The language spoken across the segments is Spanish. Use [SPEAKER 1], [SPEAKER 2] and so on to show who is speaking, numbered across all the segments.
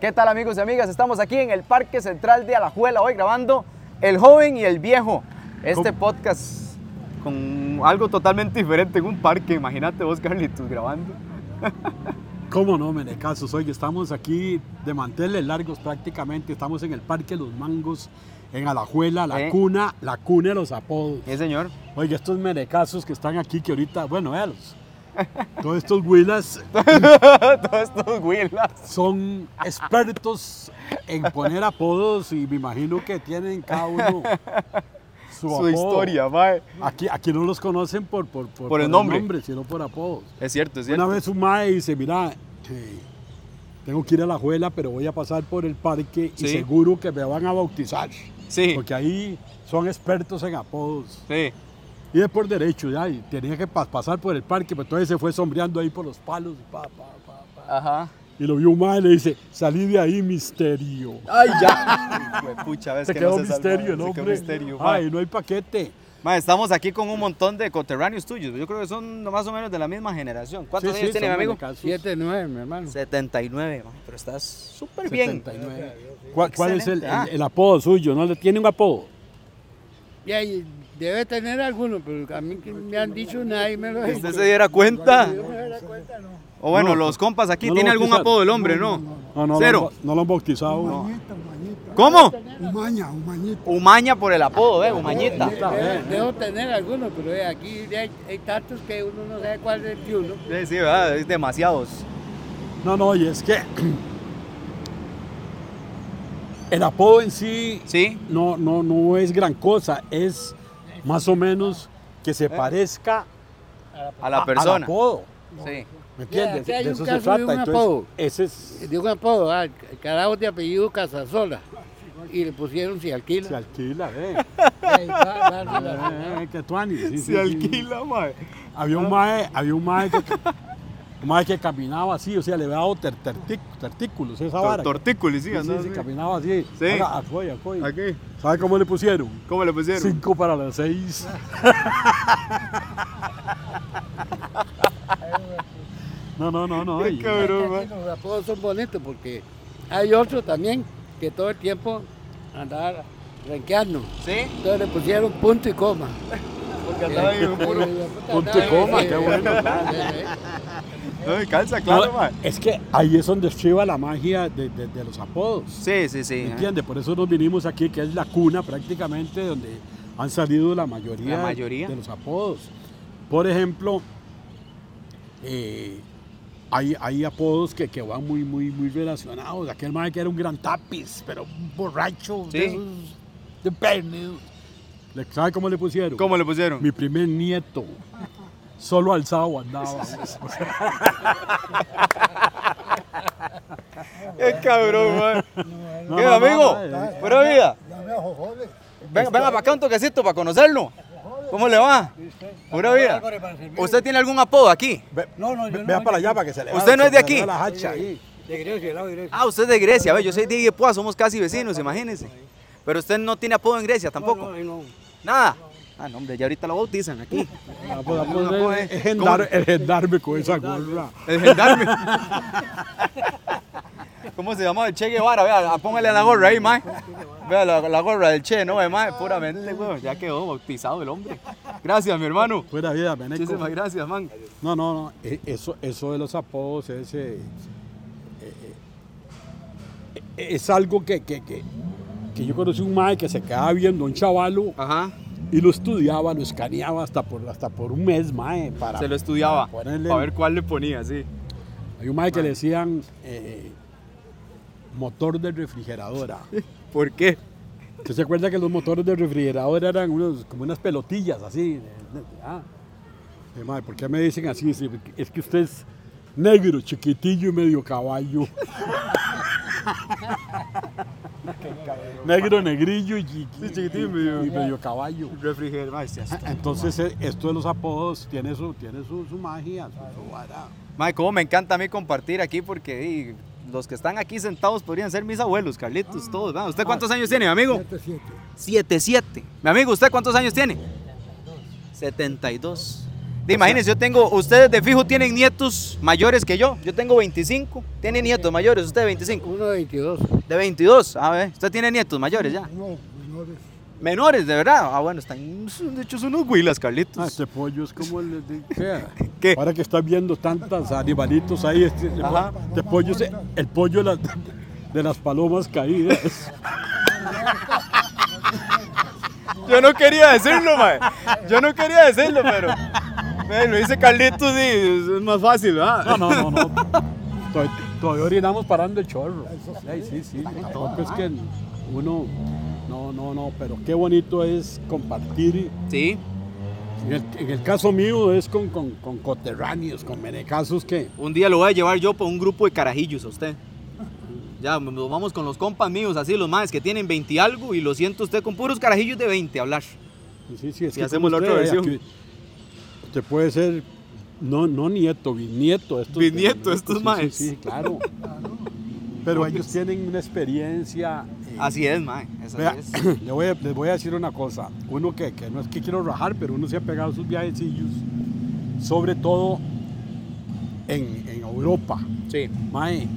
[SPEAKER 1] ¿Qué tal amigos y amigas? Estamos aquí en el Parque Central de Alajuela hoy grabando El Joven y el Viejo. Este
[SPEAKER 2] ¿Cómo?
[SPEAKER 1] podcast con algo totalmente diferente en un parque. Imagínate vos, Carlitos, grabando.
[SPEAKER 2] ¿Cómo no, Menecasos? Oye, estamos aquí de manteles largos prácticamente. Estamos en el Parque Los Mangos, en Alajuela, la
[SPEAKER 1] Eh.
[SPEAKER 2] cuna, la cuna de los apodos.
[SPEAKER 1] Sí, señor.
[SPEAKER 2] Oye, estos Menecasos que están aquí, que ahorita, bueno, véalos. Todos estos Willas
[SPEAKER 1] Todos estos huilas.
[SPEAKER 2] son expertos en poner apodos y me imagino que tienen cada uno su,
[SPEAKER 1] Su
[SPEAKER 2] apodo.
[SPEAKER 1] historia, mae.
[SPEAKER 2] Aquí, aquí no los conocen por, por, por-
[SPEAKER 1] Por el
[SPEAKER 2] por
[SPEAKER 1] nombre.
[SPEAKER 2] sino por apodos.
[SPEAKER 1] Es cierto, es
[SPEAKER 2] Una
[SPEAKER 1] cierto.
[SPEAKER 2] vez un mae dice, mira, eh, tengo que ir a la juela, pero voy a pasar por el parque
[SPEAKER 1] Sí.
[SPEAKER 2] y seguro que me van a bautizar.
[SPEAKER 1] Sí,
[SPEAKER 2] Porque ahí son expertos en apodos.
[SPEAKER 1] sí.
[SPEAKER 2] Y es por derecho, ya, y tenía que pa- pasar por el parque, pero entonces se fue sombreando ahí por los palos. pa, pa, pa, pa.
[SPEAKER 1] Ajá.
[SPEAKER 2] Y lo vio un mae y le dice, salí de ahí, misterio.
[SPEAKER 1] Ay, ya. Pucha, ves Ah,
[SPEAKER 2] se
[SPEAKER 1] que
[SPEAKER 2] quedó
[SPEAKER 1] no se salva,
[SPEAKER 2] misterio el
[SPEAKER 1] se quedó
[SPEAKER 2] hombre.
[SPEAKER 1] misterio, mae.
[SPEAKER 2] Ay, no hay paquete.
[SPEAKER 1] Mae, estamos aquí con un montón de coterráneos tuyos. Yo creo que son más o menos de la misma generación. ¿Cuántos
[SPEAKER 2] Sí,
[SPEAKER 1] años
[SPEAKER 2] sí,
[SPEAKER 1] tiene mi
[SPEAKER 2] son
[SPEAKER 1] amigo?
[SPEAKER 2] manecazos.
[SPEAKER 3] 7-9, mi hermano.
[SPEAKER 1] 79, mae, pero estás súper bien.
[SPEAKER 3] 79.
[SPEAKER 2] ¿Cuál, cuál es el,
[SPEAKER 1] Excelente, ah.
[SPEAKER 2] el- el apodo suyo? ¿No le tiene un apodo?
[SPEAKER 3] Y ahí debe tener alguno, pero a mí que me han dicho nadie me lo ha
[SPEAKER 1] ¿Usted
[SPEAKER 3] dicho.
[SPEAKER 1] se diera cuenta?
[SPEAKER 3] Yo me diera cuenta, no.
[SPEAKER 1] O bueno,
[SPEAKER 2] No,
[SPEAKER 1] los compas aquí,
[SPEAKER 2] no lo
[SPEAKER 1] ¿tiene algún
[SPEAKER 2] bautizaron.
[SPEAKER 1] apodo el hombre, no?
[SPEAKER 2] No, no,
[SPEAKER 1] Cero.
[SPEAKER 2] No, no lo han bautizado.
[SPEAKER 1] ¿Cómo?
[SPEAKER 4] Umaña, Umañita.
[SPEAKER 1] Umaña por el apodo, ¿eh? Umañita.
[SPEAKER 3] Debo, debo tener alguno, pero eh, aquí hay, hay tantos que uno no sabe cuál es el que uno.
[SPEAKER 1] Sí, sí, ¿verdad? Es demasiados.
[SPEAKER 2] No, no, y es que el apodo en sí,
[SPEAKER 1] ¿Sí?
[SPEAKER 2] No, no, no es gran cosa, es más o menos que se parezca
[SPEAKER 1] A
[SPEAKER 2] Ah, a-
[SPEAKER 1] Eh. la
[SPEAKER 2] al
[SPEAKER 1] persona.
[SPEAKER 2] apodo.
[SPEAKER 1] Sí.
[SPEAKER 2] ¿Me entiendes?
[SPEAKER 3] aquí hay
[SPEAKER 2] de
[SPEAKER 3] un
[SPEAKER 2] eso se
[SPEAKER 3] caso
[SPEAKER 2] trata.
[SPEAKER 3] de un
[SPEAKER 2] entonces,
[SPEAKER 3] apodo.
[SPEAKER 2] ese es.
[SPEAKER 3] Digo un apodo, ah, el carajo de apellido Casasola. Y le pusieron si
[SPEAKER 2] Se
[SPEAKER 3] alquila.
[SPEAKER 2] alquila, eh.
[SPEAKER 3] Ahí va, va, va, va.
[SPEAKER 2] Eh, que tuani, sí, sí, sí.
[SPEAKER 1] Se alquila, mae.
[SPEAKER 2] Había un mae, había un mae que, un mae que caminaba así, o sea, le había dado ter- tertic- tertículos, esa vara.
[SPEAKER 1] Tortícolis, sí,
[SPEAKER 2] Ah, Sí, sí,
[SPEAKER 1] andaba
[SPEAKER 2] sí,
[SPEAKER 1] así.
[SPEAKER 2] caminaba así.
[SPEAKER 1] Sí.
[SPEAKER 2] Haga, acoy, acoy.
[SPEAKER 1] Aquí.
[SPEAKER 2] ¿Sabe cómo le pusieron?
[SPEAKER 1] ¿Cómo le pusieron?
[SPEAKER 2] 5 para las 6. No, no, no, no.
[SPEAKER 1] Qué
[SPEAKER 2] y-
[SPEAKER 1] cabrón, mae.
[SPEAKER 3] Sí, Los apodos son bonitos porque hay otro también que todo el tiempo andaba renqueando.
[SPEAKER 1] ¿Sí?
[SPEAKER 3] Entonces le pusieron punto y coma.
[SPEAKER 1] Porque andaba ahí un puro...
[SPEAKER 2] Punto y coma, qué bueno,
[SPEAKER 1] Ay, calza,
[SPEAKER 2] No,
[SPEAKER 1] claro, mae.
[SPEAKER 2] es que ahí es donde estriba la magia de, de- de los apodos.
[SPEAKER 1] Sí, sí, sí.
[SPEAKER 2] ¿Me entiende? Por eso nos vinimos aquí, que es la cuna prácticamente donde han salido la mayoría,
[SPEAKER 1] La mayoría.
[SPEAKER 2] de los apodos. Por ejemplo, eh, hay, hay apodos que, que van muy, muy, muy relacionados. Aquel mae que era un gran tapiz, pero un borracho
[SPEAKER 1] Sí.
[SPEAKER 2] de esos de pernido. ¿Le- ¿Sabe cómo le pusieron?
[SPEAKER 1] ¿Cómo le pusieron?
[SPEAKER 2] Mi primer nieto. Solo alzado andaba.
[SPEAKER 1] Qué cabrón, mae.
[SPEAKER 2] No,
[SPEAKER 1] ¿Qué,
[SPEAKER 2] no, no,
[SPEAKER 1] amigo?
[SPEAKER 2] no, eh.
[SPEAKER 1] Buena vida.
[SPEAKER 4] Dame a Jojoles.
[SPEAKER 1] Venga, venga para acá un toquecito para conocerlo. ¿Cómo le va? Pura vida. ¿Usted tiene algún apodo aquí?
[SPEAKER 2] Ve-
[SPEAKER 3] No, no, yo
[SPEAKER 2] ve-
[SPEAKER 3] no
[SPEAKER 2] Vea
[SPEAKER 3] soy
[SPEAKER 2] para
[SPEAKER 3] de
[SPEAKER 2] allá
[SPEAKER 3] aquí.
[SPEAKER 2] para que se le
[SPEAKER 1] ¿Usted
[SPEAKER 2] vea-
[SPEAKER 1] no es de
[SPEAKER 2] se le vea
[SPEAKER 1] aquí?
[SPEAKER 2] la hacha ahí.
[SPEAKER 3] De Grecia, lado de Grecia.
[SPEAKER 1] Ah, usted es de Grecia, ve, yo soy de Guipúa, somos casi vecinos, imagínense. Pero usted no tiene apodo en Grecia tampoco. Nada. Ah, no, hombre, ya ahorita lo bautizan aquí.
[SPEAKER 2] Ah, pues, ah, pues,
[SPEAKER 1] No, no,
[SPEAKER 2] eh,
[SPEAKER 1] eh.
[SPEAKER 2] eh, gendar- El gendarme con esa gorra.
[SPEAKER 1] El gendarme. ¿Cómo se llama el Che Guevara? Vea, ah, póngale la gorra ahí, mae. Vea la, la gorra del Che, no, eh, mae, puramente, weón. Ya quedó bautizado el hombre. Gracias, mi hermano.
[SPEAKER 2] Fuera vida, Beneco.
[SPEAKER 1] Muchísimas gracias, man.
[SPEAKER 2] No, no, no. e- Eso, eso de los apodos es, eh, eh, eh, es algo que, que, que, que yo conocí un mae que se quedaba viendo a un chavalo
[SPEAKER 1] Ajá.
[SPEAKER 2] y lo estudiaba, lo escaneaba hasta por, hasta por un mes, mae. Para,
[SPEAKER 1] Se lo estudiaba.
[SPEAKER 2] para ponerle-
[SPEAKER 1] Para ver cuál le ponía, sí.
[SPEAKER 2] Hay un mae
[SPEAKER 1] Ah.
[SPEAKER 2] que le decían eh, motor de refrigeradora.
[SPEAKER 1] ¿Por qué?
[SPEAKER 2] ¿Usted se acuerda que los motores del refrigerador eran unos, como unas pelotillas así? de- de- de- ah. Eh, madre, ¿Por qué me dicen así? Sí, porque Es que usted es negro, chiquitillo y medio caballo. negro, negrillo y, y-
[SPEAKER 1] chiquitillo y
[SPEAKER 2] y-
[SPEAKER 1] medio-
[SPEAKER 2] y medio caballo.
[SPEAKER 1] Refrigerador, mae, sí, hasta-
[SPEAKER 2] Entonces eh, esto de los apodos tiene su, tiene su, su magia, su, su vara.
[SPEAKER 1] Mae, cómo me encanta a mí compartir aquí porque di, los que están aquí sentados podrían ser mis abuelos, Carlitos, todos. ¿verdad? ¿Usted cuántos años tiene, mi amigo?
[SPEAKER 4] 7-7.
[SPEAKER 1] 77. Mi amigo, ¿usted cuántos años tiene? 72. De, imagínense, yo tengo, ustedes de fijo tienen nietos mayores que yo. Yo tengo 25. Tiene nietos mayores, usted 25.
[SPEAKER 3] Uno de 22.
[SPEAKER 1] De 22, a ver, usted tiene nietos mayores ya.
[SPEAKER 4] No, menores.
[SPEAKER 1] Menores, de verdad. Ah, bueno, están. De hecho, son unos huilas, Carlitos.
[SPEAKER 2] Ah, este pollo es como el de... ¿qué?
[SPEAKER 1] ¿Qué?
[SPEAKER 2] Ahora que estás viendo tantos animalitos ahí, este, este
[SPEAKER 1] Ajá.
[SPEAKER 2] po- este pollo es el pollo de las, de las palomas caídas.
[SPEAKER 1] Yo no quería decirlo, mae. Yo no quería decirlo, pero. mae, lo dice Carlitos y es es más fácil, ¿verdad?
[SPEAKER 2] No, no, no, no. Tod- Todavía orinamos parando el chorro. Ay, sí, sí. Tampoco es que uno... No, no, no, pero qué bonito es compartir.
[SPEAKER 1] Sí,
[SPEAKER 2] En el, en el caso mío es con, con, con coterráneos, con menecazos que...
[SPEAKER 1] un día lo voy a llevar yo por un grupo de carajillos a usted. Ya, m- nos vamos con los compas míos, así los maes que tienen 20 y algo, y lo siento usted con puros carajillos de 20 a hablar.
[SPEAKER 2] Sí, sí, es
[SPEAKER 1] Y
[SPEAKER 2] que
[SPEAKER 1] hacemos
[SPEAKER 2] como
[SPEAKER 1] la otra
[SPEAKER 2] usted,
[SPEAKER 1] versión.
[SPEAKER 2] aquí, Usted puede ser, no, no nieto, bisnieto. de Estos
[SPEAKER 1] Bisnieto de
[SPEAKER 2] fenómenos,
[SPEAKER 1] estos
[SPEAKER 2] sí,
[SPEAKER 1] maes.
[SPEAKER 2] Sí, sí, claro. Pero ellos tienen una experiencia. eh,
[SPEAKER 1] Así es, mae. es así
[SPEAKER 2] vea,
[SPEAKER 1] es.
[SPEAKER 2] le voy a- les voy a decir una cosa. Uno que, que no es que quiero rajar, pero uno se ha pegado sus viajecillos, sobre todo en, en Europa.
[SPEAKER 1] Sí.
[SPEAKER 2] Mae,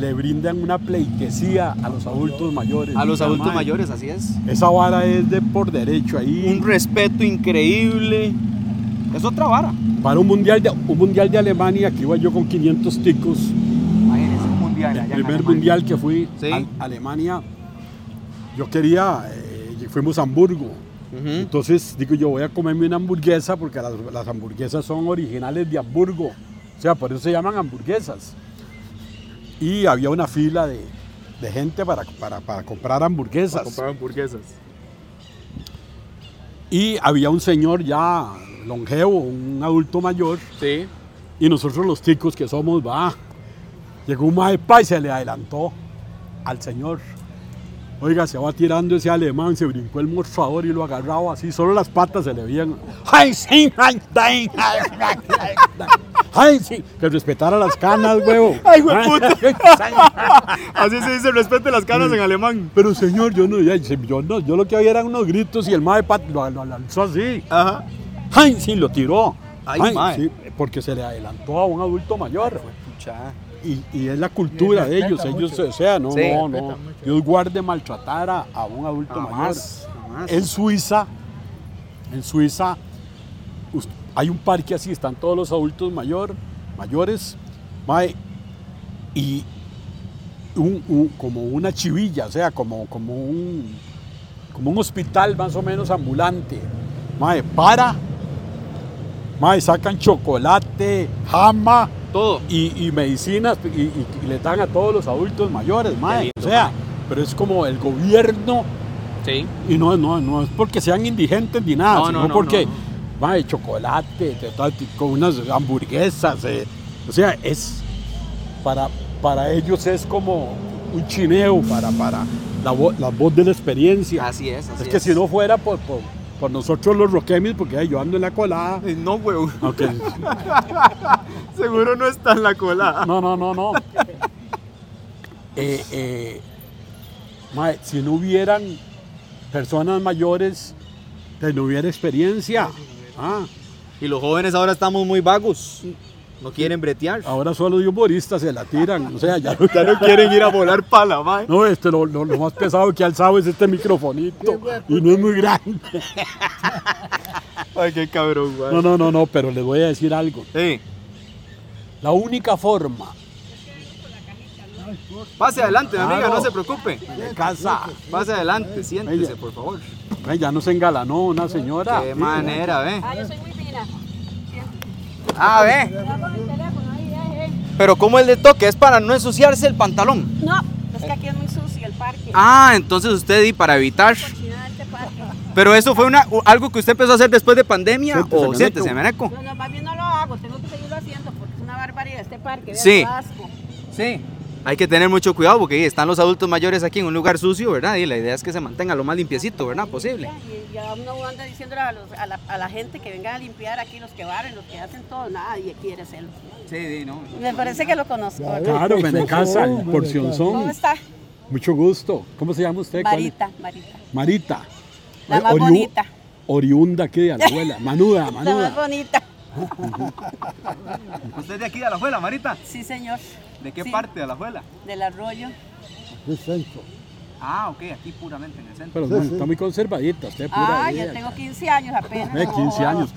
[SPEAKER 2] le brindan una pleitesía a los adultos mayores.
[SPEAKER 1] A los
[SPEAKER 2] Mae,
[SPEAKER 1] adultos mayores, así es.
[SPEAKER 2] Esa vara es de por derecho ahí.
[SPEAKER 1] Un respeto increíble. Es otra vara.
[SPEAKER 2] Para un mundial de, un mundial de Alemania que iba yo con 500 ticos,
[SPEAKER 1] Imagínense, un mundial. allá
[SPEAKER 2] el
[SPEAKER 1] en
[SPEAKER 2] primer
[SPEAKER 1] Alemania.
[SPEAKER 2] mundial que fui
[SPEAKER 1] Sí.
[SPEAKER 2] a Alemania, yo quería, eh, y fuimos a Hamburgo.
[SPEAKER 1] Ujú.
[SPEAKER 2] Entonces digo yo voy a comerme una hamburguesa porque las, las hamburguesas son originales de Hamburgo. O sea, por eso se llaman hamburguesas. Y había una fila de, de gente para, para- para comprar hamburguesas.
[SPEAKER 1] hamburguesas.
[SPEAKER 2] Y había un señor ya longevo, un adulto mayor,
[SPEAKER 1] Sí.
[SPEAKER 2] Y nosotros los ticos que somos, va. Llegó un maepa y se le adelantó al señor. Oiga, se va tirando ese alemán, se brincó el mostrador y lo agarraba así, solo las patas se le veían. ¡Ay, sí! ¡Ay, ay, ay, ay, ay, ay! ¡Ay, sí! Que respetara las canas, huevo.
[SPEAKER 1] ¡Ay, hueputa! Así se dice, respete las caras en alemán.
[SPEAKER 2] Pero señor, yo no, ya, yo no, yo lo que oía eran unos gritos y el maepa lo, lo lanzó así.
[SPEAKER 1] Ajá.
[SPEAKER 2] ¡Ay, sí! Lo tiró.
[SPEAKER 1] Ay, mae.
[SPEAKER 2] sí, porque se le adelantó a un adulto mayor.
[SPEAKER 1] Pucha.
[SPEAKER 2] Y, y es la cultura de ellos,
[SPEAKER 4] respeta
[SPEAKER 2] ellos,
[SPEAKER 4] mucho.
[SPEAKER 2] o sea, no,
[SPEAKER 1] Sí,
[SPEAKER 2] no,
[SPEAKER 4] respeta
[SPEAKER 2] no.
[SPEAKER 4] mucho.
[SPEAKER 2] Dios guarde maltratar a, a un adulto
[SPEAKER 1] Jamás,
[SPEAKER 2] mayor.
[SPEAKER 1] jamás.
[SPEAKER 2] En Suiza, en Suiza, us- hay un parque así, están todos los adultos mayor, mayores, mae, y un- un- como una chivilla, o sea, como, como, un, como un hospital más o menos ambulante. Mae, para, mae, sacan chocolate, jama,
[SPEAKER 1] Todo.
[SPEAKER 2] y, y medicinas y, y- y le dan a todos los adultos mayores, mae.
[SPEAKER 1] lindo,
[SPEAKER 2] o sea, pero es como el gobierno
[SPEAKER 1] Sí.
[SPEAKER 2] y no, no, no es porque sean indigentes ni nada,
[SPEAKER 1] No,
[SPEAKER 2] sino
[SPEAKER 1] no, no,
[SPEAKER 2] porque
[SPEAKER 1] no,
[SPEAKER 2] mae, chocolate, te- ta- ti- con unas hamburguesas, eh. o sea, es para para ellos es como un chineo para para la, vo- la voz de la experiencia.
[SPEAKER 1] Así es, así
[SPEAKER 2] es que si no fuera por, por, por nosotros los roquemis, porque ay, yo ando en la colada,
[SPEAKER 1] Eh, No, huevo.
[SPEAKER 2] aunque
[SPEAKER 1] Seguro no está en la cola.
[SPEAKER 2] No, no, no, no. Eh, eh, mae, si no hubieran personas mayores, pues no hubiera experiencia. Ah,
[SPEAKER 1] Y los jóvenes ahora estamos muy vagos. No quieren bretear.
[SPEAKER 2] ahora solo los humoristas se la tiran. O sea, ya no,
[SPEAKER 1] Ya no quieren ir a volar pala, mae.
[SPEAKER 2] no, este, lo, lo- lo más pesado que ha alzado es este microfonito. Y no es muy grande.
[SPEAKER 1] Ay, qué cabrón, mae.
[SPEAKER 2] No, no, no, no, pero les voy a decir algo.
[SPEAKER 1] Sí.
[SPEAKER 2] La única forma
[SPEAKER 1] Pase adelante, mi amiga,
[SPEAKER 2] Claro.
[SPEAKER 1] no se preocupe.
[SPEAKER 2] de casa.
[SPEAKER 1] Pase adelante, siéntese,
[SPEAKER 2] Ella.
[SPEAKER 1] por favor.
[SPEAKER 2] Ay, ya nos engalanó una señora.
[SPEAKER 1] Qué manera, ve.
[SPEAKER 5] Ah, yo soy muy fina.
[SPEAKER 1] Ah, ve.
[SPEAKER 5] Ya con el teléfono ahí, eh, eh.
[SPEAKER 1] Pero ¿cómo el de toque? Es para no ensuciarse el pantalón.
[SPEAKER 5] No, es que aquí es muy sucio el parque.
[SPEAKER 1] Ah, entonces usted, y para evitar.
[SPEAKER 5] Cochinada este parque.
[SPEAKER 1] Pero eso fue una, u- algo que usted empezó a hacer después de pandemia
[SPEAKER 2] Siéntese,
[SPEAKER 1] o
[SPEAKER 2] Meneco.
[SPEAKER 1] siéntese, Meneco.
[SPEAKER 5] No, no, más bien no lo hago, tengo que seguirlo haciendo porque es una barbaridad este parque. vea,
[SPEAKER 1] Sí.
[SPEAKER 5] qué asco.
[SPEAKER 1] Sí. Hay que tener mucho cuidado porque ahí están los adultos mayores aquí en un lugar sucio, ¿verdad? Y la idea es que se mantenga lo más limpiecito, ¿verdad? Posible.
[SPEAKER 5] Y ya uno anda diciéndole a, los- a la, a la gente que vengan a limpiar aquí, los que barren, los que hacen todo, nadie quiere hacerlo.
[SPEAKER 1] Sí, sí, no.
[SPEAKER 5] Me parece que lo conozco.
[SPEAKER 4] Ya ve.
[SPEAKER 2] Claro, ven de casa, el
[SPEAKER 5] ¿Cómo
[SPEAKER 2] porcionzón.
[SPEAKER 5] está?
[SPEAKER 2] Mucho gusto. ¿Cómo se llama usted? ¿Cuál es?
[SPEAKER 5] Marita, Marita.
[SPEAKER 2] Marita.
[SPEAKER 5] La más bonita.
[SPEAKER 2] Oriunda aquí de Alajuela. Manuda,
[SPEAKER 5] La más
[SPEAKER 2] manuda.
[SPEAKER 5] bonita.
[SPEAKER 1] ¿Usted es de aquí de Alajuela, Marita?
[SPEAKER 5] Sí, señor.
[SPEAKER 1] ¿De qué
[SPEAKER 5] Sí,
[SPEAKER 1] parte de Alajuela?
[SPEAKER 5] Del arroyo.
[SPEAKER 4] Es centro.
[SPEAKER 1] Ah, ok, aquí puramente en el centro.
[SPEAKER 2] Pero
[SPEAKER 4] Sí,
[SPEAKER 2] bueno,
[SPEAKER 4] sí.
[SPEAKER 2] está muy conservadita usted, pura
[SPEAKER 5] Ah,
[SPEAKER 2] vida.
[SPEAKER 5] yo tengo 15 años apenas.
[SPEAKER 2] Ve,
[SPEAKER 5] no
[SPEAKER 2] 15
[SPEAKER 5] joda.
[SPEAKER 2] años.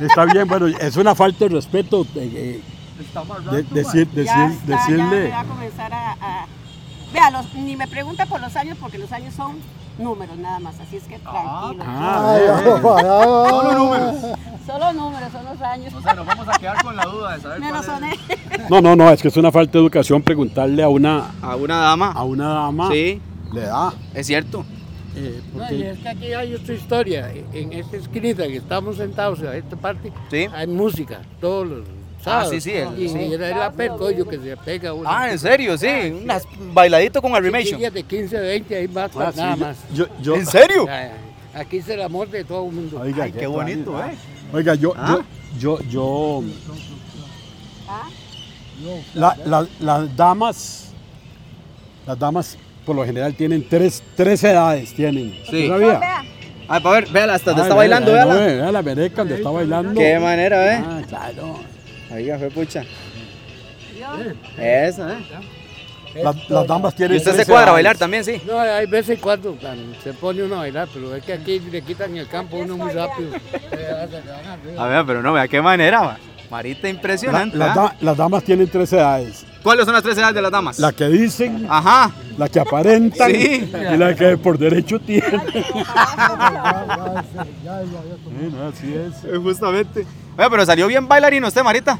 [SPEAKER 2] Está bien, bueno, es una falta de respeto eh,
[SPEAKER 1] Está más
[SPEAKER 2] eh,
[SPEAKER 1] raro,
[SPEAKER 2] de-
[SPEAKER 1] ma.
[SPEAKER 2] decir-
[SPEAKER 5] Ya
[SPEAKER 2] decir-
[SPEAKER 5] está, ya me
[SPEAKER 2] decirle.
[SPEAKER 5] va a comenzar a... a- Vea, los- ni me pregunta por los años porque los años son números nada más, así es que tranquilo.
[SPEAKER 2] Ah,
[SPEAKER 4] Ay,
[SPEAKER 2] ve, ve.
[SPEAKER 1] Solo números.
[SPEAKER 5] Solo números, son los años.
[SPEAKER 1] O sea, nos vamos a quedar con la duda de saber
[SPEAKER 5] Me
[SPEAKER 1] cuál
[SPEAKER 5] lo
[SPEAKER 1] es.
[SPEAKER 5] soné.
[SPEAKER 2] No, no, no, es que es una falta de educación preguntarle a una,
[SPEAKER 1] A una dama.
[SPEAKER 2] a una dama
[SPEAKER 1] Sí,
[SPEAKER 2] le da.
[SPEAKER 1] es cierto.
[SPEAKER 2] eh,
[SPEAKER 3] No,
[SPEAKER 2] porque-
[SPEAKER 3] y es que aquí hay otra historia. eh, En esta escrita que estamos sentados en esta parte,
[SPEAKER 1] Sí. Ah,
[SPEAKER 3] hay música todos los sábados.
[SPEAKER 1] sí, sí, el-
[SPEAKER 3] y
[SPEAKER 1] sí.
[SPEAKER 3] era el apercollo que se pega uno.
[SPEAKER 1] Ah, en serio, sí. Unas bailadito con Arrimation.
[SPEAKER 3] Chiquillas de 15, 20, ahí más,
[SPEAKER 2] Ah, sí,
[SPEAKER 3] nada
[SPEAKER 2] yo-
[SPEAKER 3] más.
[SPEAKER 2] Yo, yo-
[SPEAKER 1] ¿En serio?
[SPEAKER 3] Ya, Aquí es el amor de todo el mundo.
[SPEAKER 2] Oiga,
[SPEAKER 1] Ay, qué
[SPEAKER 2] tal,
[SPEAKER 1] bonito,
[SPEAKER 2] ah.
[SPEAKER 1] ¿eh?
[SPEAKER 2] Oiga, yo,
[SPEAKER 1] Ah.
[SPEAKER 2] yo, yo, yo-
[SPEAKER 5] Ah.
[SPEAKER 2] la- la- las damas, las damas por lo general tienen tres, tres edades, tienen.
[SPEAKER 1] Sí.
[SPEAKER 2] ¿Usted sabía?
[SPEAKER 5] Vea,
[SPEAKER 1] Ah, para ver, véala, hasta te
[SPEAKER 2] Ah,
[SPEAKER 1] está
[SPEAKER 2] vea,
[SPEAKER 1] bailando,
[SPEAKER 2] vea,
[SPEAKER 1] véala.
[SPEAKER 2] no, vea la vereca donde está bailando.
[SPEAKER 1] Qué manera, ¿eh?
[SPEAKER 2] Ah, claro.
[SPEAKER 1] Ahí fue pucha.
[SPEAKER 5] Dios,
[SPEAKER 1] Esa, ¿eh?
[SPEAKER 2] La- las damas tienen
[SPEAKER 1] Y usted se
[SPEAKER 2] tres
[SPEAKER 1] cuadra a bailar
[SPEAKER 2] edades.
[SPEAKER 1] también, sí.
[SPEAKER 3] No, hay veces cuando tan, se pone uno a bailar, pero es que aquí le quitan el campo a uno muy rápido.
[SPEAKER 1] A ver, pero no, vea qué manera, ma. Marita
[SPEAKER 2] La-
[SPEAKER 1] impresionante.
[SPEAKER 2] las,
[SPEAKER 1] ¿ah?
[SPEAKER 2] da- las damas tienen tres edades.
[SPEAKER 1] ¿Cuáles son las tres edades de las damas?
[SPEAKER 2] La que dicen,
[SPEAKER 1] Ajá.
[SPEAKER 2] la que aparentan
[SPEAKER 1] Sí.
[SPEAKER 2] y la que por derecho tienen.
[SPEAKER 4] Ya, ya, ya, ya, ya.
[SPEAKER 2] así es.
[SPEAKER 1] Eh, Justamente. Oye, pero salió bien bailarín usted, Marita.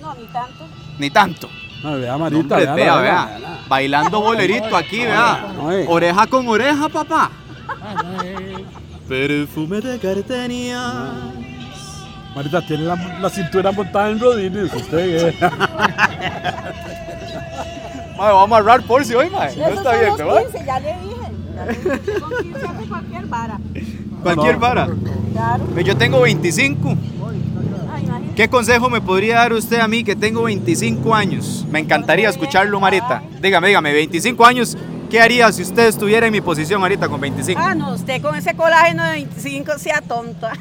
[SPEAKER 5] no, ni tanto.
[SPEAKER 1] Ni tanto.
[SPEAKER 2] No, vea,
[SPEAKER 1] No,
[SPEAKER 2] Marita,
[SPEAKER 1] hombre,
[SPEAKER 2] véala,
[SPEAKER 1] vea,
[SPEAKER 2] véala,
[SPEAKER 1] vea.
[SPEAKER 2] véala.
[SPEAKER 1] Bailando bolerito aquí, vea.
[SPEAKER 2] no, eh.
[SPEAKER 1] Oreja con oreja, papá.
[SPEAKER 3] Ah, no, eh,
[SPEAKER 1] Perfume de cartería.
[SPEAKER 2] Marita tiene la, la cintura montada en rodillas, usted. eh.
[SPEAKER 1] Madre, vamos a ahorrar por si hoy, madre. No
[SPEAKER 5] Esos
[SPEAKER 1] está
[SPEAKER 5] son
[SPEAKER 1] bien,
[SPEAKER 5] los
[SPEAKER 1] ¿verdad?
[SPEAKER 5] 15, ya le dije. Ya le dije, Con 15 hace cualquier vara.
[SPEAKER 1] Cualquier vara.
[SPEAKER 5] Claro.
[SPEAKER 1] Yo tengo 25.
[SPEAKER 5] Ah, imagínate.
[SPEAKER 1] ¿Qué consejo me podría dar usted a mí que tengo 25 años? Me encantaría escucharlo, Marita. Dígame, dígame, 25 años, ¿qué haría si usted estuviera en mi posición ahorita con 25?
[SPEAKER 5] Ah, no, usted con ese colágeno de 25 sea tonta.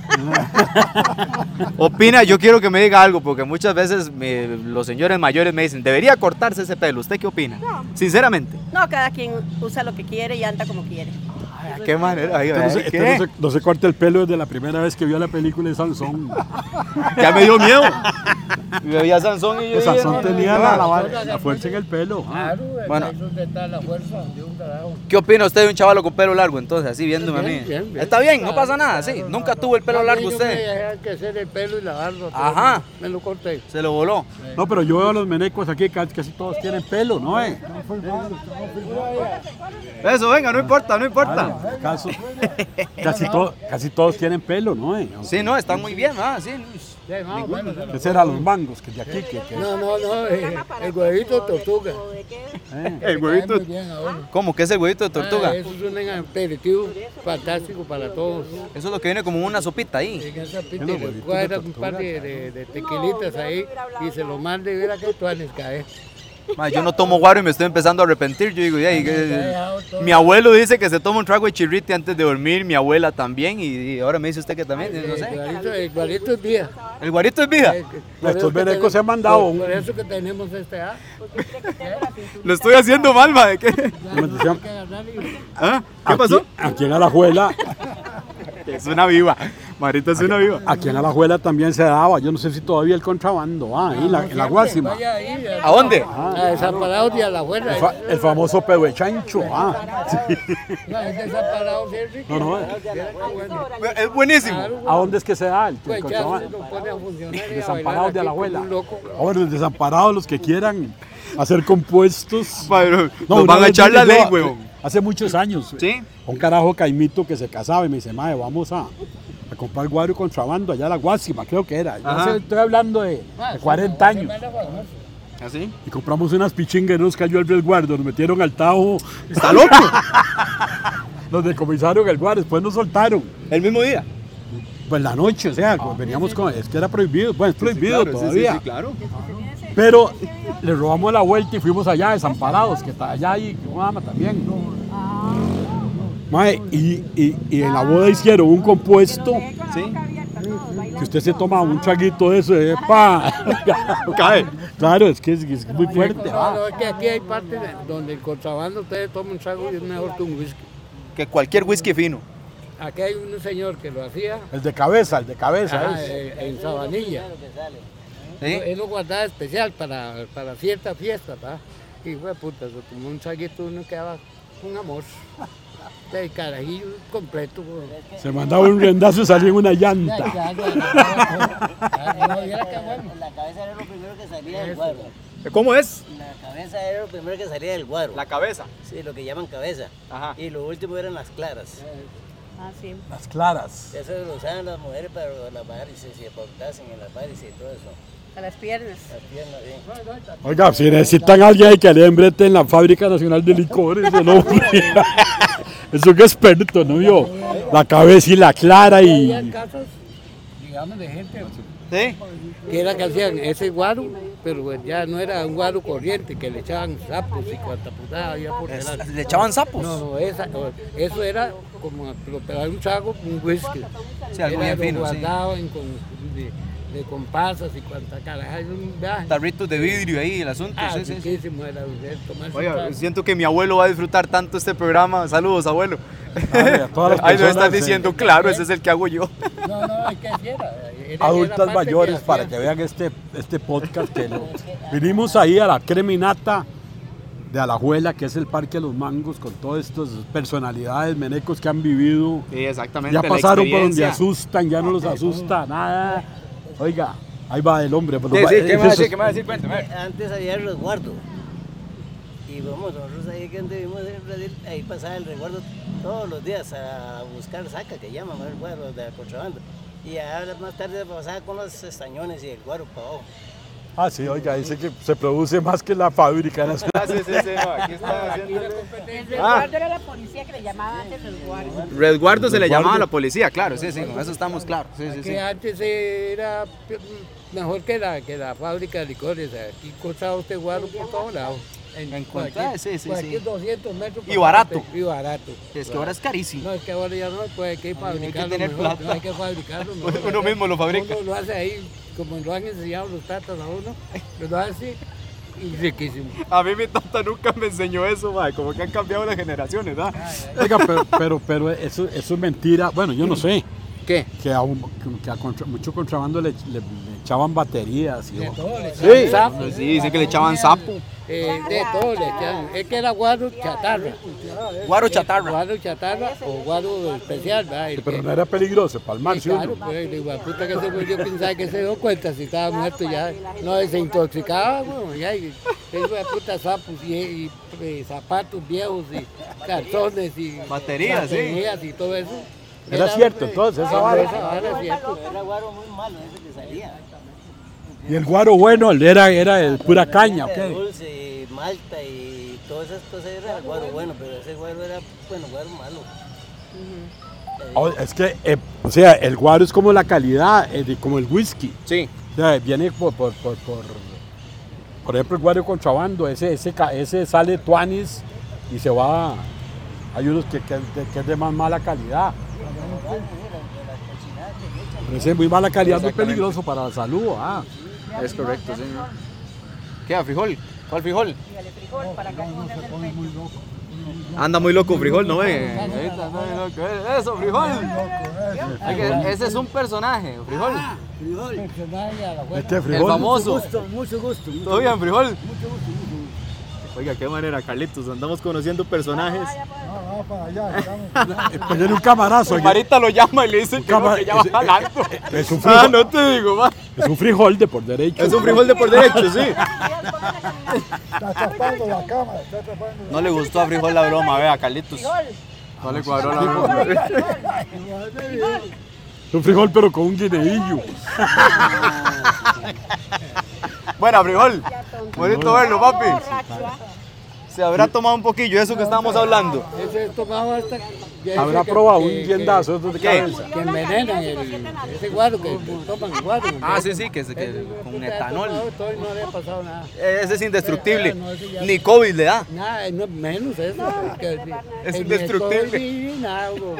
[SPEAKER 1] Opina, yo quiero que me diga algo, porque muchas veces me- los señores mayores me dicen, debería cortarse ese pelo. ¿Usted qué opina?
[SPEAKER 5] No.
[SPEAKER 1] Sinceramente.
[SPEAKER 5] No, cada quien usa lo que quiere y anda como quiere.
[SPEAKER 1] Ay, qué manera. ay,
[SPEAKER 2] Usted no se,
[SPEAKER 1] ay,
[SPEAKER 2] usted no
[SPEAKER 1] ¿qué?
[SPEAKER 2] se- no se corta el pelo desde la primera vez que vio la película de Sansón.
[SPEAKER 1] Ya me dio miedo. Me veía Sansón y yo.
[SPEAKER 2] Que Sansón
[SPEAKER 1] dije,
[SPEAKER 2] tenía
[SPEAKER 1] no,
[SPEAKER 2] la,
[SPEAKER 1] no, no.
[SPEAKER 2] la- la fuerza en el pelo. ah.
[SPEAKER 3] Claro,
[SPEAKER 1] Bueno.
[SPEAKER 3] ahí es donde está la fuerza de un carajo.
[SPEAKER 1] ¿Qué opina usted de un chaval con pelo largo entonces, así viéndome a
[SPEAKER 3] Bien,
[SPEAKER 1] mí?
[SPEAKER 3] bien, bien.
[SPEAKER 1] Está bien, no pasa nada, sí. Nunca tuvo el pelo
[SPEAKER 3] A mí
[SPEAKER 1] largo
[SPEAKER 3] yo Me
[SPEAKER 1] usted.
[SPEAKER 3] dejaban crecer el pelo y la barba. pero
[SPEAKER 1] Ajá.
[SPEAKER 3] Me lo corté.
[SPEAKER 1] Se lo voló.
[SPEAKER 2] No, pero yo veo a los menecos aquí, casi, casi todos tienen pelo, ¿no? Eh?
[SPEAKER 1] Eso, venga, no importa, no importa.
[SPEAKER 2] Ah, caso- casi, to- casi todos tienen pelo, ¿no? Eh?
[SPEAKER 1] Sí, no, está muy bien, ah, sí.
[SPEAKER 3] Ya, no, bueno, se lo-
[SPEAKER 2] Ese era los mangos que de aquí. Que, que-
[SPEAKER 3] No, no, no, eh, el huevito tortuga.
[SPEAKER 5] ¿O de qué?
[SPEAKER 2] eh.
[SPEAKER 1] El
[SPEAKER 3] Cae muy bien ahora.
[SPEAKER 1] ¿Cómo que es el huevito de tortuga?
[SPEAKER 3] Ah,
[SPEAKER 1] Eso
[SPEAKER 3] eso es un aperitivo fantástico para todos.
[SPEAKER 1] es lo que viene como una sopita ahí.
[SPEAKER 3] En esa pita
[SPEAKER 2] Los
[SPEAKER 3] le
[SPEAKER 2] huevitos
[SPEAKER 3] cuadra
[SPEAKER 2] de
[SPEAKER 3] un
[SPEAKER 2] tortuga,
[SPEAKER 3] par de, de- de tequilitas ahí y se lo manda y verá que tú les cae.
[SPEAKER 1] Ma, yo no tomo guaro y me estoy empezando a arrepentir. Yo digo, "Ey, que- mi abuelo dice que se toma un trago de chirrite antes de dormir, mi abuela también, y, y ahora me dice usted que también, no
[SPEAKER 3] El
[SPEAKER 1] sé.
[SPEAKER 3] guarito- el guarito es día.
[SPEAKER 1] El guarito es vida.
[SPEAKER 3] Eh, que- por
[SPEAKER 2] Nuestros
[SPEAKER 3] eso que
[SPEAKER 2] venecos
[SPEAKER 3] tenemos-
[SPEAKER 2] se han mandado
[SPEAKER 3] Por,
[SPEAKER 2] un-
[SPEAKER 3] por eso que tenemos este A.
[SPEAKER 5] ¿Usted cree que tengo la pintura?
[SPEAKER 1] Lo estoy haciendo mal, ma, ¿de qué?
[SPEAKER 2] Como decían,
[SPEAKER 1] ¿Ah? ¿Qué pasó?
[SPEAKER 2] Aquí, aquí en Alajuela,
[SPEAKER 1] Es una viva. Marita es una viva.
[SPEAKER 2] aquí en Alajuela también se daba, yo no sé si todavía el contrabando, ah, ahí en la, en la Guásima.
[SPEAKER 3] Vaya ahí, a-
[SPEAKER 1] ¿A dónde?
[SPEAKER 3] a desamparados y a la abuela. eh.
[SPEAKER 2] El, fa- el famoso pehue chancho, ah. Sí.
[SPEAKER 3] No, es desamparados, es rico.
[SPEAKER 2] No, no, eh.
[SPEAKER 1] Es buenísimo.
[SPEAKER 2] ¿A dónde es que se da el, el
[SPEAKER 3] Pues ya se
[SPEAKER 2] contrabando?
[SPEAKER 3] nos pone a funcionar y a
[SPEAKER 2] Desamparados de
[SPEAKER 3] bailar
[SPEAKER 2] la
[SPEAKER 3] aquí
[SPEAKER 2] abuela.
[SPEAKER 3] como un loco.
[SPEAKER 2] Ahora, los desamparados, los que quieran hacer compuestos.
[SPEAKER 1] Madre,
[SPEAKER 2] No,
[SPEAKER 1] nos
[SPEAKER 2] una
[SPEAKER 1] van a
[SPEAKER 2] vez
[SPEAKER 1] echar
[SPEAKER 2] vine
[SPEAKER 1] la
[SPEAKER 2] yo
[SPEAKER 1] ley,
[SPEAKER 2] a-
[SPEAKER 1] huevón.
[SPEAKER 2] Hace muchos años.
[SPEAKER 1] ¿Sí?
[SPEAKER 2] Un carajo caimito que se casaba y me dice, madre, vamos a, a comprar guaro y contrabando allá a la Guásima, creo que era. Yo
[SPEAKER 1] Ajá.
[SPEAKER 2] sé, estoy hablando de, de
[SPEAKER 3] Ah, sí,
[SPEAKER 2] 40
[SPEAKER 3] la
[SPEAKER 2] años.
[SPEAKER 3] abuela famosa.
[SPEAKER 1] ¿Así?
[SPEAKER 2] Y compramos unas pichingas y nos cayó el resguardo, nos metieron al tajo,
[SPEAKER 1] ¡Está loco!
[SPEAKER 2] nos decomisaron el guaro, después nos soltaron.
[SPEAKER 1] El mismo día.
[SPEAKER 2] Pues la noche, o sea, pues veníamos con... Es que era prohibido, bueno, es prohibido
[SPEAKER 1] claro, Ah. sí, sí,
[SPEAKER 2] todavía.
[SPEAKER 1] sí, claro.
[SPEAKER 2] Pero le robamos la vuelta y fuimos allá, desamparados, que está allá y Guama también. Mae, y, y- y en la boda hicieron un compuesto
[SPEAKER 5] Con la
[SPEAKER 1] Sí.
[SPEAKER 5] boca abierta, todos bailando.
[SPEAKER 2] que usted se toma un traguito de eso, ¡epa!
[SPEAKER 1] Cae.
[SPEAKER 2] claro, es que es, es muy fuerte.
[SPEAKER 3] No,
[SPEAKER 2] va.
[SPEAKER 3] no, es que aquí hay partes de- donde el contrabando ustedes toman un trago y es mejor que un whisky.
[SPEAKER 1] Que cualquier whisky fino.
[SPEAKER 3] Aquí hay un señor que lo hacía
[SPEAKER 2] El de cabeza, el de cabeza.
[SPEAKER 3] ajá,
[SPEAKER 2] es.
[SPEAKER 3] eh, en Sabanilla.
[SPEAKER 1] ¿sí?
[SPEAKER 3] Él lo guardaba especial para, para cierta fiesta, ¿verdad? Y fue puta, se tomó un traguito uno quedaba un amor. De carajillo completo. güey.
[SPEAKER 2] Se mandaba un rendazo y salía en una
[SPEAKER 6] Ya,
[SPEAKER 2] llanta.
[SPEAKER 6] ya, ya.
[SPEAKER 3] Ah, mira qué bueno.
[SPEAKER 6] La cabeza era lo primero que salía del guaro.
[SPEAKER 1] ¿Cómo es?
[SPEAKER 6] La cabeza era lo primero que salía del guaro.
[SPEAKER 1] cabeza.
[SPEAKER 6] Sí, lo que llaman cabeza.
[SPEAKER 1] Ajá.
[SPEAKER 6] Y lo último eran las claras.
[SPEAKER 5] Ah, sí.
[SPEAKER 2] Las claras.
[SPEAKER 6] Eso lo usaban las mujeres para las varices y pautarse en las varices y todo eso.
[SPEAKER 5] A las piernas.
[SPEAKER 6] Las piernas, bien.
[SPEAKER 2] Oiga, si necesitan a alguien que le embrete en la Fábrica Nacional de Licores, el hombre. Eso que experto, ¿no vio? La cabeza y la clara
[SPEAKER 3] Había
[SPEAKER 2] y.
[SPEAKER 3] casos, digamos, de gente
[SPEAKER 1] ¿Sí?
[SPEAKER 3] que era que hacían ese guaro, pero pues ya no era un guaro corriente, que le echaban sapos y cuanta putada había por delante.
[SPEAKER 1] ¿Le echaban sapos?
[SPEAKER 3] No, no, esa- o- eso era como lo- para un trago, un whisky.
[SPEAKER 1] Sí, algo
[SPEAKER 3] Era,
[SPEAKER 1] bien fino,
[SPEAKER 3] lo
[SPEAKER 1] sí.
[SPEAKER 3] guardaban con, de, de compasas y cuanta carajada, era un viaje.
[SPEAKER 1] Tarritos de vidrio ahí, el asunto.
[SPEAKER 3] Ah,
[SPEAKER 1] sí, sí, sí.
[SPEAKER 3] riquísimo era usted tomarse un
[SPEAKER 1] Oiga,
[SPEAKER 3] trago.
[SPEAKER 1] siento que mi abuelo va a disfrutar tanto este programa. Saludos, abuelo.
[SPEAKER 2] Ay, a todas las
[SPEAKER 1] Ahí lo
[SPEAKER 2] personas,
[SPEAKER 1] estás
[SPEAKER 2] sí.
[SPEAKER 1] diciendo, claro, ese es el que hago yo.
[SPEAKER 3] No, no, es que así era. era- era parte
[SPEAKER 2] adultas
[SPEAKER 3] de
[SPEAKER 2] mayores
[SPEAKER 3] la
[SPEAKER 2] para que
[SPEAKER 3] fiesta.
[SPEAKER 2] vean este, este podcast que lo- vinimos ahí a la creminata de Alajuela, que es el Parque de los Mangos, con todas estas personalidades menecos que han vivido.
[SPEAKER 1] Sí, exactamente.
[SPEAKER 2] Ya
[SPEAKER 1] la
[SPEAKER 2] pasaron por donde
[SPEAKER 1] experiencia.
[SPEAKER 2] asustan, ya no los asusta
[SPEAKER 3] Ah,
[SPEAKER 2] nada. Oiga, ahí va el hombre.
[SPEAKER 1] Sí, sí, ¿qué
[SPEAKER 2] Eso
[SPEAKER 1] más
[SPEAKER 2] es-
[SPEAKER 1] decir? ¿Qué más decir? Cuéntame.
[SPEAKER 6] Antes había el resguardo. Y vamos, nosotros ahí que antes vivimos en Brasil, ahí pasaba el resguardo todos los días a buscar saca, que llaman ¿no? el guaro de la contrabanda. Y ahora más tarde pasaba con los estañones y el guaro para abajo.
[SPEAKER 2] Ah, sí, oiga, dice que se produce más que la fábrica. ¿no?
[SPEAKER 1] Ah, sí, sí, sí, no, aquí está haciéndole-
[SPEAKER 5] Pues El
[SPEAKER 1] Ah.
[SPEAKER 5] resguardo era la policía que le llamaba antes resguardo.
[SPEAKER 1] Resguardo se le llamaba a la policía, claro, sí, sí, con eso estamos claros. Sí, sí, sí.
[SPEAKER 3] Que antes era pe- mejor que la, que la fábrica de licores. Aquí costaba usted guaro por todos lados. En,
[SPEAKER 1] En
[SPEAKER 3] cualquier-
[SPEAKER 1] cuenta, sí, sí, sí.
[SPEAKER 3] cualquier 200 metros.
[SPEAKER 1] Y
[SPEAKER 3] para
[SPEAKER 1] barato.
[SPEAKER 3] adelante, Y barato.
[SPEAKER 1] Es que ahora es carísimo.
[SPEAKER 3] No, es que ahora ya no, pues hay que fabricarlo.
[SPEAKER 1] tener
[SPEAKER 3] mejor,
[SPEAKER 1] plata.
[SPEAKER 3] no, hay que fabricarlo. mejor.
[SPEAKER 1] Uno mismo lo fabrica.
[SPEAKER 3] Uno lo hace ahí, como lo han enseñado los tatas a uno, lo hace y riquísimo.
[SPEAKER 1] A mí mi tata nunca me enseñó eso, mae, como que han cambiado las generaciones, ¿verdad?
[SPEAKER 2] Oiga, pero, pero, pero eso, eso es mentira. Bueno, yo no sé.
[SPEAKER 3] ¿Qué?
[SPEAKER 2] Que a, un- que a contra- mucho contrabando le, le- le echaban baterías. y-
[SPEAKER 3] Sí, sapo.
[SPEAKER 1] Sí, dicen que le echaban sapo.
[SPEAKER 3] Eh, de todo le echaban. Es que era guaro chatarra.
[SPEAKER 1] Guaro chatarra.
[SPEAKER 3] Guaro chatarra o guaro especial, ¿verdad? El
[SPEAKER 2] Pero
[SPEAKER 3] que-
[SPEAKER 2] no era peligroso, palmar,
[SPEAKER 3] Sí,
[SPEAKER 2] ¿sí?
[SPEAKER 3] claro, pues el hijo de puta que se murió pensaba que se dio cuenta si estaba muerto ya. No desintoxicaba, bueno, ya. y El hijo de puta sapos y, y, eh, zapatos viejos y calzones y
[SPEAKER 1] Baterías, sí.
[SPEAKER 3] baterías y todo eso.
[SPEAKER 2] Era cierto,
[SPEAKER 3] pues,
[SPEAKER 2] entonces, esa
[SPEAKER 3] hombre,
[SPEAKER 2] vara.
[SPEAKER 3] esa vara es cierto.
[SPEAKER 6] Era guaro muy malo ese que salía.
[SPEAKER 2] Y el guaro bueno el era, era de pura caña,
[SPEAKER 6] Era
[SPEAKER 2] ¿ok?
[SPEAKER 6] Dulce y malta y todas esas cosas era el guaro bueno, pero ese guaro era, bueno, guaro malo.
[SPEAKER 2] O- Es que, eh, o sea, el guaro es como la calidad, eh, de- como el whisky.
[SPEAKER 1] Sí.
[SPEAKER 2] O sea, viene por, por, por, por, por ejemplo, el guaro de contrabando, ese, ese, ca- ese sale tuanis y se va. Hay unos que, que, de- que es de más mala calidad. Pero ese es muy mala calidad, muy
[SPEAKER 1] Exactamente.
[SPEAKER 2] peligroso para la salud. ah.
[SPEAKER 1] Es correcto, sí. ¿Qué? ¿A frijol? ¿Cuál frijol?
[SPEAKER 5] Dígale frijol para acá con el pecho.
[SPEAKER 1] Anda muy loco frijol, ¿no ve? Ahorita anda muy loco. Eh, Eso, frijol. Hay que- Ese es un personaje, frijol.
[SPEAKER 2] Este
[SPEAKER 1] El
[SPEAKER 2] frijol.
[SPEAKER 1] famoso.
[SPEAKER 6] Ah, Mucho gusto.
[SPEAKER 1] ¿Todo bien, frijol? Oiga, qué manera, Carlitos. Andamos conociendo personajes.
[SPEAKER 4] Ah, va para allá, estamos.
[SPEAKER 2] eh, pues era un camarazo. oye.
[SPEAKER 1] Marita lo llama y le dice que, no,
[SPEAKER 2] camar-
[SPEAKER 1] que ya va
[SPEAKER 2] ese-
[SPEAKER 1] jalando.
[SPEAKER 2] eh, Es un
[SPEAKER 1] Ah,
[SPEAKER 2] frijol,
[SPEAKER 1] no te digo, va.
[SPEAKER 2] es un frijol de por derecho.
[SPEAKER 1] Es un frijol de por derecho, sí.
[SPEAKER 4] Está tapando la cámara, está tapando la
[SPEAKER 1] No le gustó a Frijol la broma, vea, Carlitos.
[SPEAKER 5] Frijol.
[SPEAKER 1] No le cuadró la broma.
[SPEAKER 2] Es un frijol, pero con un guineillo.
[SPEAKER 1] Bueno, Frijol, bonito verlo, papi.
[SPEAKER 5] Borracho, ¿ah?
[SPEAKER 1] Se habrá tomado un poquillo eso que estábamos hablando.
[SPEAKER 3] Ese es tomado hasta. ya ese
[SPEAKER 2] Habrá
[SPEAKER 3] que-
[SPEAKER 2] probado un
[SPEAKER 3] que-
[SPEAKER 2] riendazo esos de
[SPEAKER 1] ¿Qué?
[SPEAKER 2] cabeza.
[SPEAKER 3] Que envenenan el, ese guaro que que toman guaro.
[SPEAKER 1] Ah, sí, sí, que, se- que
[SPEAKER 3] Ese hijo de
[SPEAKER 1] con
[SPEAKER 3] puta ha tomado
[SPEAKER 1] etanol.
[SPEAKER 3] todo y no le ha pasado nada.
[SPEAKER 1] Ese es indestructible. Ni COVID le da.
[SPEAKER 3] Nada, no, menos eso. porque el-
[SPEAKER 1] Es
[SPEAKER 3] el
[SPEAKER 1] indestructible.
[SPEAKER 3] Nestor, sí, nada, bro.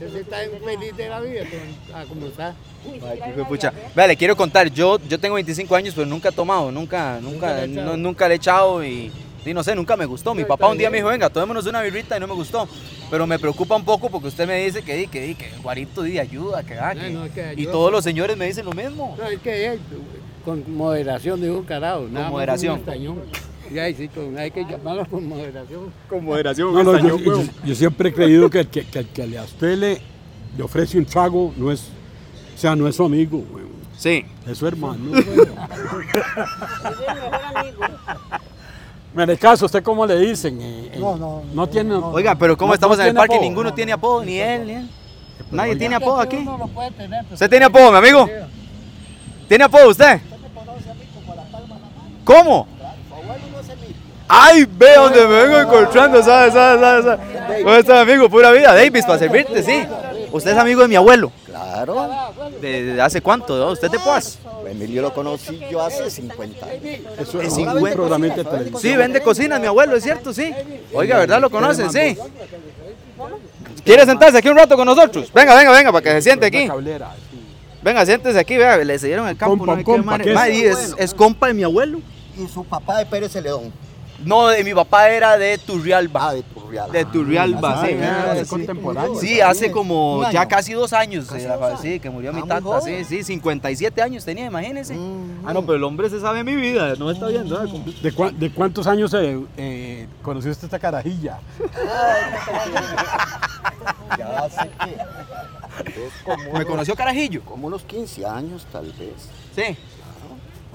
[SPEAKER 3] Ese está bien feliz de la vida, con- ah, como está.
[SPEAKER 1] Ay, qué pucha. Vea, le quiero contar, yo, yo tengo 25 años, pero nunca he tomado, nunca, nunca,
[SPEAKER 3] le he echado.
[SPEAKER 1] no- nunca le he echado y, y no sé, nunca me gustó. Mi
[SPEAKER 3] No,
[SPEAKER 1] papá un día
[SPEAKER 3] también.
[SPEAKER 1] me dijo, venga, tomémonos una birrita y no me gustó. Pero me preocupa un poco porque usted me dice que, di, que, di, que Guarito di ayuda, que, da,
[SPEAKER 3] No,
[SPEAKER 1] que-
[SPEAKER 3] no, que
[SPEAKER 1] Y
[SPEAKER 3] ayuda.
[SPEAKER 1] todos los señores me dicen lo mismo.
[SPEAKER 3] No, es que eh, con moderación, dijo un carajo. nada más un
[SPEAKER 1] moderación.
[SPEAKER 3] estañón. Y ahí sí, con- hay que llamarlo con moderación.
[SPEAKER 1] Con moderación,
[SPEAKER 2] No, no, yo, yo- yo siempre he creído que el que, que el que le- a usted le, le ofrece un trago no es, o sea, no es su amigo, güey,
[SPEAKER 1] Sí.
[SPEAKER 2] es su hermano.
[SPEAKER 5] Es mi mejor amigo.
[SPEAKER 2] En el caso, ¿usted cómo le dicen? Eh, eh,
[SPEAKER 4] No, no,
[SPEAKER 2] No
[SPEAKER 4] no,
[SPEAKER 2] tiene.
[SPEAKER 4] no.
[SPEAKER 1] Oiga, pero ¿cómo
[SPEAKER 2] No-
[SPEAKER 1] estamos
[SPEAKER 2] no
[SPEAKER 1] en el
[SPEAKER 2] tiene
[SPEAKER 1] parque?
[SPEAKER 2] apodo,
[SPEAKER 1] Ninguno
[SPEAKER 2] no,
[SPEAKER 1] tiene apodo, ni él, ni él. Nadie
[SPEAKER 2] oiga.
[SPEAKER 1] tiene apodo aquí.
[SPEAKER 3] Uno lo puede tener, pues, pero-
[SPEAKER 1] ¿Usted tiene apodo, mi amigo? ¿Tiene apodo usted? ¿Cómo? Ay, ve donde me vengo encontrando, ¿sabes? ¿Sabes? ¿Sabes? ¿Sabes? ¿Cómo está, este amigo? Pura vida, Davis, para servirte, sí. Usted es amigo de mi abuelo.
[SPEAKER 7] Claro,
[SPEAKER 1] ¿De, de hace cuánto? ¿no? ¿Usted es de Poas?
[SPEAKER 7] Emilio lo conocí yo hace 50 años.
[SPEAKER 2] Eso es
[SPEAKER 1] Es
[SPEAKER 2] un
[SPEAKER 1] igual.
[SPEAKER 2] programita de televisión.
[SPEAKER 1] Sí, vende cocinas, mi abuelo, es cierto, sí. Oiga, ¿verdad? Lo conocen, sí. ¿Quiere sentarse aquí un rato con nosotros? Venga, venga, venga, para que se siente aquí.
[SPEAKER 2] Cablera, sí.
[SPEAKER 1] Venga, siéntese aquí, vea, le cedieron el campo.
[SPEAKER 2] Compa,
[SPEAKER 1] no sé qué,
[SPEAKER 2] compa,
[SPEAKER 1] madre.
[SPEAKER 2] ¿qué es?
[SPEAKER 1] Madre, y es, es compa de mi abuelo.
[SPEAKER 7] Y su papá de Pérez Celedón.
[SPEAKER 1] No, de- mi papá era de Turrialba.
[SPEAKER 7] Ah, de Turrialba.
[SPEAKER 1] De Turrialba,
[SPEAKER 2] Ah,
[SPEAKER 1] sí.
[SPEAKER 2] era
[SPEAKER 1] ah,
[SPEAKER 2] de
[SPEAKER 1] sí.
[SPEAKER 2] contemporáneo.
[SPEAKER 1] Sí, hace como
[SPEAKER 7] Un año.
[SPEAKER 1] ya casi dos años, eh,
[SPEAKER 7] dos años.
[SPEAKER 1] sí, que murió mi
[SPEAKER 7] Ah, muy
[SPEAKER 1] tata, sí,
[SPEAKER 7] joven. Mm.
[SPEAKER 1] sí, 57 años tenía, imagínense.
[SPEAKER 7] Ujú.
[SPEAKER 1] Ah, no, pero el hombre se sabe mi vida, no está viendo. ¿eh?
[SPEAKER 2] ¿De, cua- de cuántos años eh, eh, conoció usted esta carajilla?
[SPEAKER 7] Ya hace que. es como
[SPEAKER 1] Me
[SPEAKER 7] unos-
[SPEAKER 1] conoció Carajillo.
[SPEAKER 7] Como unos 15 años, tal vez.
[SPEAKER 1] Sí.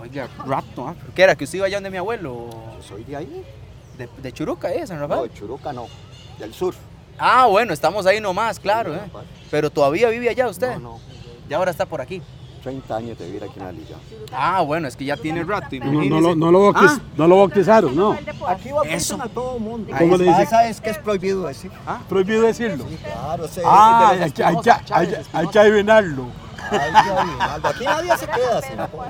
[SPEAKER 1] Oiga, rapto, ¿ah? ¿Qué era? ¿Que usted iba allá donde mi abuelo?
[SPEAKER 7] Yo soy de ahí.
[SPEAKER 1] De, de Churuca, ¿eh? San
[SPEAKER 7] No,
[SPEAKER 1] Rafael.
[SPEAKER 7] de Churuca no. Del sur.
[SPEAKER 1] Ah, bueno, estamos ahí nomás, claro, ¿eh?
[SPEAKER 7] Rafael.
[SPEAKER 1] Pero todavía vive allá usted.
[SPEAKER 7] No, no.
[SPEAKER 1] Y ahora está por aquí.
[SPEAKER 7] 30 años de vivir aquí en la liga.
[SPEAKER 1] Ah, bueno, es que ya tiene rato,
[SPEAKER 2] No, no,
[SPEAKER 1] imagínese.
[SPEAKER 2] no, lo- no lo bautiz-
[SPEAKER 1] Ah,
[SPEAKER 2] no lo bautizaron, ¿no.
[SPEAKER 7] Aquí bautizan a todo mundo.
[SPEAKER 2] ¿Cómo le dice?
[SPEAKER 7] pasa es que es prohibido decir.
[SPEAKER 2] Prohibido decirlo.
[SPEAKER 7] Claro, se
[SPEAKER 2] Ah,
[SPEAKER 7] dice de
[SPEAKER 2] hay
[SPEAKER 7] los
[SPEAKER 2] que, hay que,
[SPEAKER 7] Espinosa,
[SPEAKER 2] hay,
[SPEAKER 7] Chávez,
[SPEAKER 2] que- hay
[SPEAKER 7] Espinosa.
[SPEAKER 2] que adivinarlo.
[SPEAKER 7] Ay, qué bien. Aquí nadie se queda sin apodo.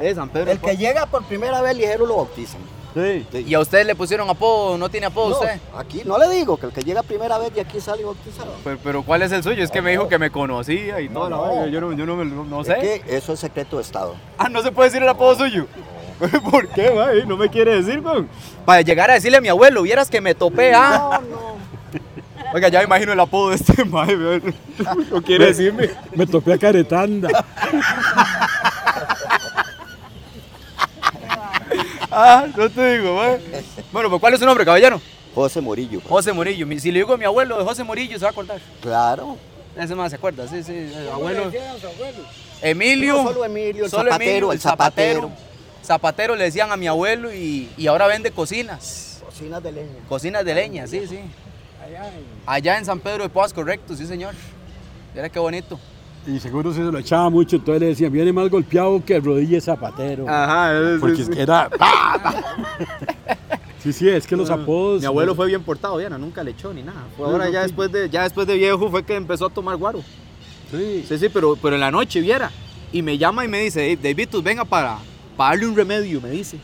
[SPEAKER 1] es San Pedro. pues.
[SPEAKER 7] El que llega por primera vez ligero lo bautizan.
[SPEAKER 2] Sí.
[SPEAKER 1] ¿Y a ustedes le pusieron apodo? ¿No tiene apodo
[SPEAKER 7] No,
[SPEAKER 1] usted?
[SPEAKER 7] aquí no le digo que el que llega primera vez de aquí sale bautizado.
[SPEAKER 1] Pero, pero ¿cuál es el suyo? Es que me dijo que me conocía y toda
[SPEAKER 7] No,
[SPEAKER 1] la
[SPEAKER 7] no.
[SPEAKER 1] vaina. Yo no, yo no, me- no- no sé.
[SPEAKER 7] Es que eso es secreto de Estado.
[SPEAKER 1] Ah, no se puede decir el apodo suyo. ¿Por qué, mae? No me quiere decir, weón. Para llegar a decirle a mi abuelo, vieras que me topé, ah. Oiga, ya me imagino el apodo de este mae, weón. No quiere decirme.
[SPEAKER 2] Me topé a Caretanda.
[SPEAKER 1] Ah, no te digo, mae. Bueno, pues ¿cuál es su nombre, caballero?
[SPEAKER 7] José Morillo. pues.
[SPEAKER 1] José Murillo. Mi- Si le digo a mi abuelo de José Murillo, se va a acordar.
[SPEAKER 7] Claro.
[SPEAKER 1] Ese más se acuerda, sí, sí. el
[SPEAKER 3] Bueno,
[SPEAKER 1] Abuelo.
[SPEAKER 3] decían los abuelos.
[SPEAKER 1] Emilio.
[SPEAKER 7] No solo Emilio, el
[SPEAKER 1] Solo
[SPEAKER 7] zapatero,
[SPEAKER 1] Emilio,
[SPEAKER 7] el zapatero.
[SPEAKER 1] zapatero. Zapatero le decían a mi abuelo y, y ahora vende cocinas.
[SPEAKER 7] Cocinas de leña.
[SPEAKER 1] Cocinas de leña, sí, sí.
[SPEAKER 3] Allá en-
[SPEAKER 1] Allá en San Pedro de Paz, correcto, sí, señor. Mira qué bonito.
[SPEAKER 2] Y seguro se lo echaba mucho, entonces le decían, viene más golpeado que rodilla zapatero.
[SPEAKER 1] Ajá,
[SPEAKER 2] Porque es que era. Sí, sí, es que los apodos.
[SPEAKER 1] Ah, Mi abuelo fue bien portado, Diana, nunca le echó ni nada. Fue
[SPEAKER 2] No,
[SPEAKER 1] ahora
[SPEAKER 2] no,
[SPEAKER 1] ya
[SPEAKER 2] sí.
[SPEAKER 1] después de ya después de viejo fue que empezó a tomar guaro.
[SPEAKER 2] Sí.
[SPEAKER 1] Sí, sí, pero, pero en la noche viera. Y me llama y me dice, "Hey, Davitus, venga para, para darle un remedio, me dice.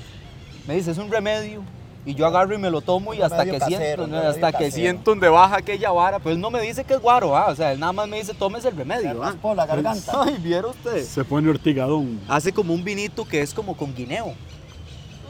[SPEAKER 1] Me dice, es un remedio. Y yo agarro y me lo tomo y
[SPEAKER 7] Un
[SPEAKER 1] hasta que
[SPEAKER 7] remedio casero,
[SPEAKER 1] siento,
[SPEAKER 7] un
[SPEAKER 1] ¿no?
[SPEAKER 7] remedio
[SPEAKER 1] hasta que
[SPEAKER 7] casero.
[SPEAKER 1] siento donde baja aquella vara. Pues no me dice que es guaro, ah, o sea, él nada más me dice, tomes el remedio. ah".
[SPEAKER 7] Por la garganta.
[SPEAKER 1] Ay, viera usted.
[SPEAKER 2] Se pone ortigadón.
[SPEAKER 1] Hace como un vinito que es como con guineo.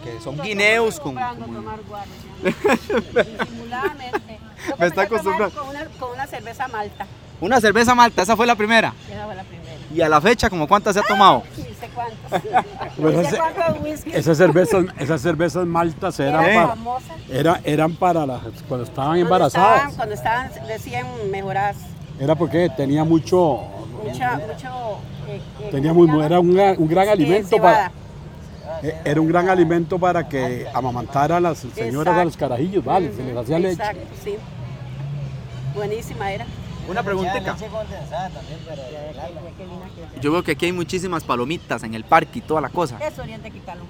[SPEAKER 1] Que son guineos con,
[SPEAKER 5] Acostumbrando
[SPEAKER 1] como-
[SPEAKER 5] a tomar guaro, ya. Disimuladamente. Yo
[SPEAKER 1] Me está
[SPEAKER 5] comencé a tomar
[SPEAKER 1] acostumbrando.
[SPEAKER 5] Con una, con una cerveza malta.
[SPEAKER 1] Una cerveza malta, esa fue la primera.
[SPEAKER 5] Esa fue la primera.
[SPEAKER 1] Y a la fecha, ¿como cuántas se ha tomado?
[SPEAKER 5] Ni sé cuántos. Ni
[SPEAKER 2] ese-
[SPEAKER 5] sé cuántos de whisky.
[SPEAKER 2] Esas cervezas, esas cervezas maltas eran
[SPEAKER 5] Era
[SPEAKER 2] para.
[SPEAKER 5] famosa.
[SPEAKER 2] era- eran para las. Cuando estaban
[SPEAKER 5] Cuando estaban,
[SPEAKER 2] embarazadas.
[SPEAKER 5] cuando estaban recién mejoradas.
[SPEAKER 2] Era porque tenía mucho.
[SPEAKER 5] Mucha, mucho. eh, eh,
[SPEAKER 2] Tenía
[SPEAKER 5] ¿cómo
[SPEAKER 2] muy,
[SPEAKER 5] se llama?
[SPEAKER 2] era un, gran- un gran
[SPEAKER 5] Sí,
[SPEAKER 2] alimento
[SPEAKER 5] cebada.
[SPEAKER 2] para. eh, Era un gran alimento para que amamantara a las señoras, a los
[SPEAKER 5] Exacto.
[SPEAKER 2] carajillos, ¿vale? Se les hacía leche.
[SPEAKER 5] Exacto, sí. Buenísima era.
[SPEAKER 1] Una preguntita.
[SPEAKER 6] Leche condensada también, pero de lana.
[SPEAKER 1] Yo veo que aquí hay muchísimas palomitas en el parque y toda la cosa.
[SPEAKER 5] Eso oriente quítalo.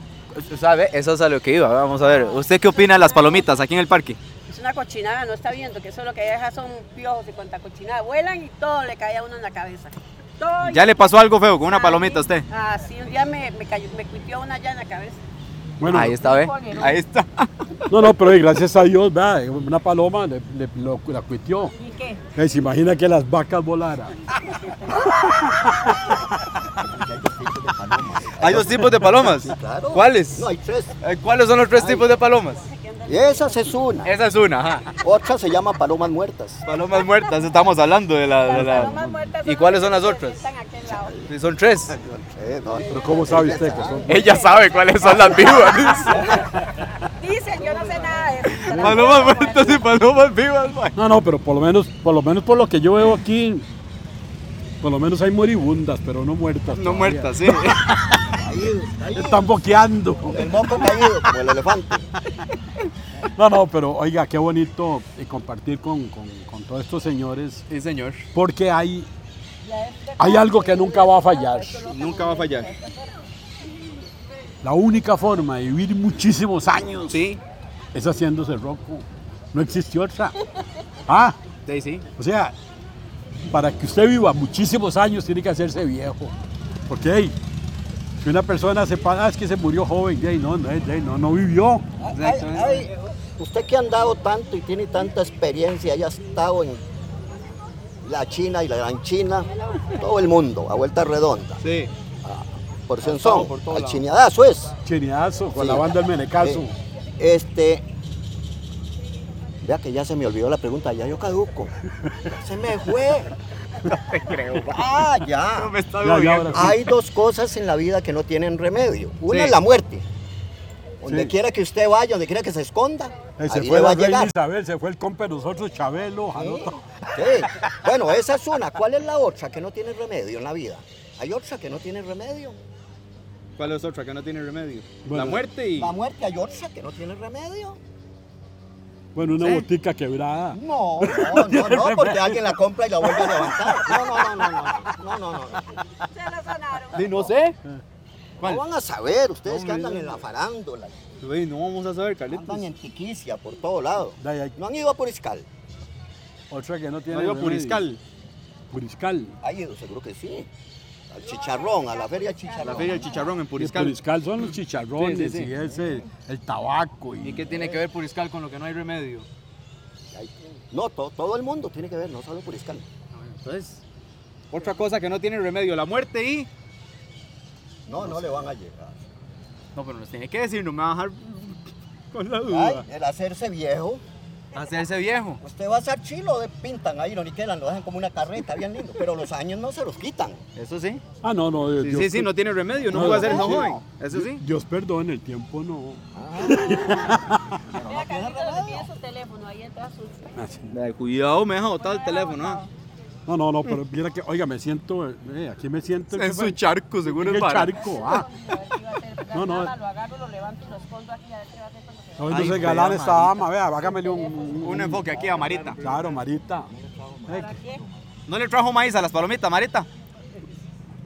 [SPEAKER 1] ¿Sabe? Eso es a lo que iba. Vamos a ver. ¿Usted qué opina de las palomitas aquí en el parque?
[SPEAKER 5] Es una cochinada, no está viendo que eso lo que deja son piojos y cuanta cochinada. Vuelan y todo le cae a uno en la cabeza. Todo y-
[SPEAKER 1] ¿Ya le pasó algo feo con una
[SPEAKER 5] Ah,
[SPEAKER 1] palomita a
[SPEAKER 5] sí.
[SPEAKER 1] usted?
[SPEAKER 5] Ah, sí, un día me, me, cayó, me cuiteó una allá en la cabeza.
[SPEAKER 2] Bueno,
[SPEAKER 1] ahí está, ve. Ahí está.
[SPEAKER 2] no, no, pero eh, gracias a Dios, vea, eh, una paloma le, le- lo- la cuitió.
[SPEAKER 5] ¿Y qué?
[SPEAKER 2] Eh, se imagina que las vacas volaran.
[SPEAKER 1] Hay dos tipos de palomas.
[SPEAKER 7] Claro.
[SPEAKER 1] ¿Cuáles?
[SPEAKER 7] No, hay tres.
[SPEAKER 1] Eh, ¿Cuáles son los tres tipos de palomas?
[SPEAKER 7] Esa es una.
[SPEAKER 1] Esa es una, ajá.
[SPEAKER 7] Otra se llama palomas muertas.
[SPEAKER 1] Palomas muertas, estamos hablando de la. de la-
[SPEAKER 5] Las palomas muertas
[SPEAKER 1] ¿Y
[SPEAKER 5] las
[SPEAKER 1] cuáles son
[SPEAKER 5] que
[SPEAKER 1] las
[SPEAKER 5] se
[SPEAKER 1] otras?
[SPEAKER 5] sientan a aquel lado.
[SPEAKER 1] Sí, Son tres.
[SPEAKER 7] Eh, no,
[SPEAKER 2] Pero ¿cómo sabe usted que son?
[SPEAKER 1] Ella sabe cuáles son las vivas. dice.
[SPEAKER 5] Dicen, yo no sé nada de eso. pero
[SPEAKER 1] Palomas
[SPEAKER 5] bueno,
[SPEAKER 1] muertas y palomas vivas, mae.
[SPEAKER 2] No, no, pero por lo menos, por lo menos por lo que yo veo aquí, por lo menos hay moribundas, pero no muertas.
[SPEAKER 1] No
[SPEAKER 2] todavía.
[SPEAKER 1] muertas, sí.
[SPEAKER 2] Están boqueando.
[SPEAKER 7] El moco caído, como el elefante.
[SPEAKER 2] No, no, pero oiga, qué bonito eh, compartir con, con- con todos estos señores,
[SPEAKER 1] Sí, señor.
[SPEAKER 2] porque hay, hay algo que nunca va a fallar.
[SPEAKER 1] Nunca va a fallar.
[SPEAKER 2] La única forma de vivir muchísimos años
[SPEAKER 1] Sí,
[SPEAKER 2] es haciéndose roco. No existe otra. Ah,
[SPEAKER 1] sí, sí.
[SPEAKER 2] o sea, para que usted viva muchísimos años tiene que hacerse viejo. Porque hey, si una persona se pasa, "Ah, es que se murió joven, hey, no, no, hey, no, no vivió.
[SPEAKER 1] Exactamente.
[SPEAKER 7] Ay, ay, usted que ha andado tanto y tiene tanta experiencia, ya ha estado en la China y la Gran China, todo el mundo, a vuelta redonda,
[SPEAKER 1] Sí.
[SPEAKER 7] por
[SPEAKER 1] todo,
[SPEAKER 7] Sensón,
[SPEAKER 1] por todo
[SPEAKER 7] al
[SPEAKER 1] lado.
[SPEAKER 7] chineadazo es.
[SPEAKER 2] Cheniazo, con
[SPEAKER 7] Sí.
[SPEAKER 2] la banda del Menecazo.
[SPEAKER 7] Eh, este. Vea que ya se me olvidó la pregunta, ya yo caduco. Ya se me fue.
[SPEAKER 1] Creo.
[SPEAKER 7] Ah,
[SPEAKER 1] No
[SPEAKER 7] ya.
[SPEAKER 1] me está
[SPEAKER 2] Ya, ya,
[SPEAKER 1] agobiando.
[SPEAKER 2] ahora sí.
[SPEAKER 7] Hay dos cosas en la vida que no tienen remedio. Una
[SPEAKER 1] Sí.
[SPEAKER 7] es la muerte. Donde
[SPEAKER 2] Sí.
[SPEAKER 7] quiera que usted vaya, donde quiera que se esconda,
[SPEAKER 2] Eh, se
[SPEAKER 7] ahí
[SPEAKER 2] fue
[SPEAKER 7] le va
[SPEAKER 2] la
[SPEAKER 7] a
[SPEAKER 2] reina
[SPEAKER 7] llegar.
[SPEAKER 2] Isabel, se fue el compa de nosotros, Chabelo, Jaloto.
[SPEAKER 7] Sí. Bueno, esa es una. ¿Cuál es la otra que no tiene remedio en la vida? Hay otra que no tiene remedio.
[SPEAKER 1] ¿Cuál es otra que no tiene remedio?
[SPEAKER 2] Bueno.
[SPEAKER 1] La muerte y.
[SPEAKER 7] La muerte, hay otra que no tiene remedio.
[SPEAKER 2] Bueno, una botica quebrada.
[SPEAKER 7] No, no, no, no, porque alguien la compra y la vuelve a levantar. No, no, no, no, no, no, no, no.
[SPEAKER 5] Se lo sonaron.
[SPEAKER 1] Sí, no sé. ¿Cuál?
[SPEAKER 7] No van a saber, ustedes que andan
[SPEAKER 1] Hombre,
[SPEAKER 7] en la farándula,
[SPEAKER 1] Güey, No vamos a saber, Carlitos.
[SPEAKER 7] andan en tiquicia por todo lado.
[SPEAKER 2] Ay, ay.
[SPEAKER 7] No han ido a Puriscal,
[SPEAKER 2] Otra que no tiene.
[SPEAKER 1] No digo
[SPEAKER 2] remedio.
[SPEAKER 1] Puriscal.
[SPEAKER 2] Puriscal.
[SPEAKER 7] ha ido, seguro que sí. Al chicharrón, a la feria del
[SPEAKER 1] La
[SPEAKER 7] chicharrón.
[SPEAKER 1] feria del chicharrón en
[SPEAKER 2] Puriscal.
[SPEAKER 1] Puriscal.
[SPEAKER 2] son los chicharrones
[SPEAKER 1] Sí, sí, sí.
[SPEAKER 2] y ese, el tabaco. Y,
[SPEAKER 1] ¿Y qué tiene que ver Puriscal con lo que no hay remedio?
[SPEAKER 7] Ay, No, to- todo el mundo tiene que ver, no solo Puriscal.
[SPEAKER 1] Entonces, otra cosa que no tiene remedio, la muerte y...
[SPEAKER 7] No, no le van a llegar.
[SPEAKER 1] No, pero nos tiene que decir, no me va a dejar con la duda.
[SPEAKER 7] Ay, el hacerse viejo.
[SPEAKER 1] Hacerse viejo.
[SPEAKER 7] Usted va a ser chilo, de pintan ahí, no ni quedan, lo dejan como una carreta, bien lindo. Pero los años no se los quitan.
[SPEAKER 1] Eso sí.
[SPEAKER 2] Ah, no, no.
[SPEAKER 1] Sí, sí, sí, no tiene remedio, no
[SPEAKER 2] No,
[SPEAKER 1] puedo hacer eso
[SPEAKER 2] sí.
[SPEAKER 1] joven. Eso sí.
[SPEAKER 2] Dios perdone, el tiempo no.
[SPEAKER 5] Vea, Carlitos, le pide su teléfono, ahí está su...
[SPEAKER 1] Cuidado, me deja botar el teléfono. ¿ah?
[SPEAKER 2] No, no, no, pero mira que, oiga, me siento, eh, aquí me siento.
[SPEAKER 1] En su charco, seguro
[SPEAKER 2] en
[SPEAKER 1] el
[SPEAKER 2] el
[SPEAKER 1] vara.
[SPEAKER 2] charco. Ah, No,
[SPEAKER 5] No,
[SPEAKER 2] no.
[SPEAKER 5] no. Lo agarro, lo levanto y lo escondo aquí a ver qué va a hacer cuando se
[SPEAKER 2] no,
[SPEAKER 1] Ay,
[SPEAKER 2] entonces
[SPEAKER 1] fea,
[SPEAKER 2] galán esta
[SPEAKER 1] Marita.
[SPEAKER 2] ama, vea, hágamele un, un-
[SPEAKER 1] Un enfoque aquí a Marita.
[SPEAKER 2] Claro, Marita. Eh,
[SPEAKER 5] ¿Para qué?
[SPEAKER 1] ¿No le trajo maíz a las palomitas, Marita?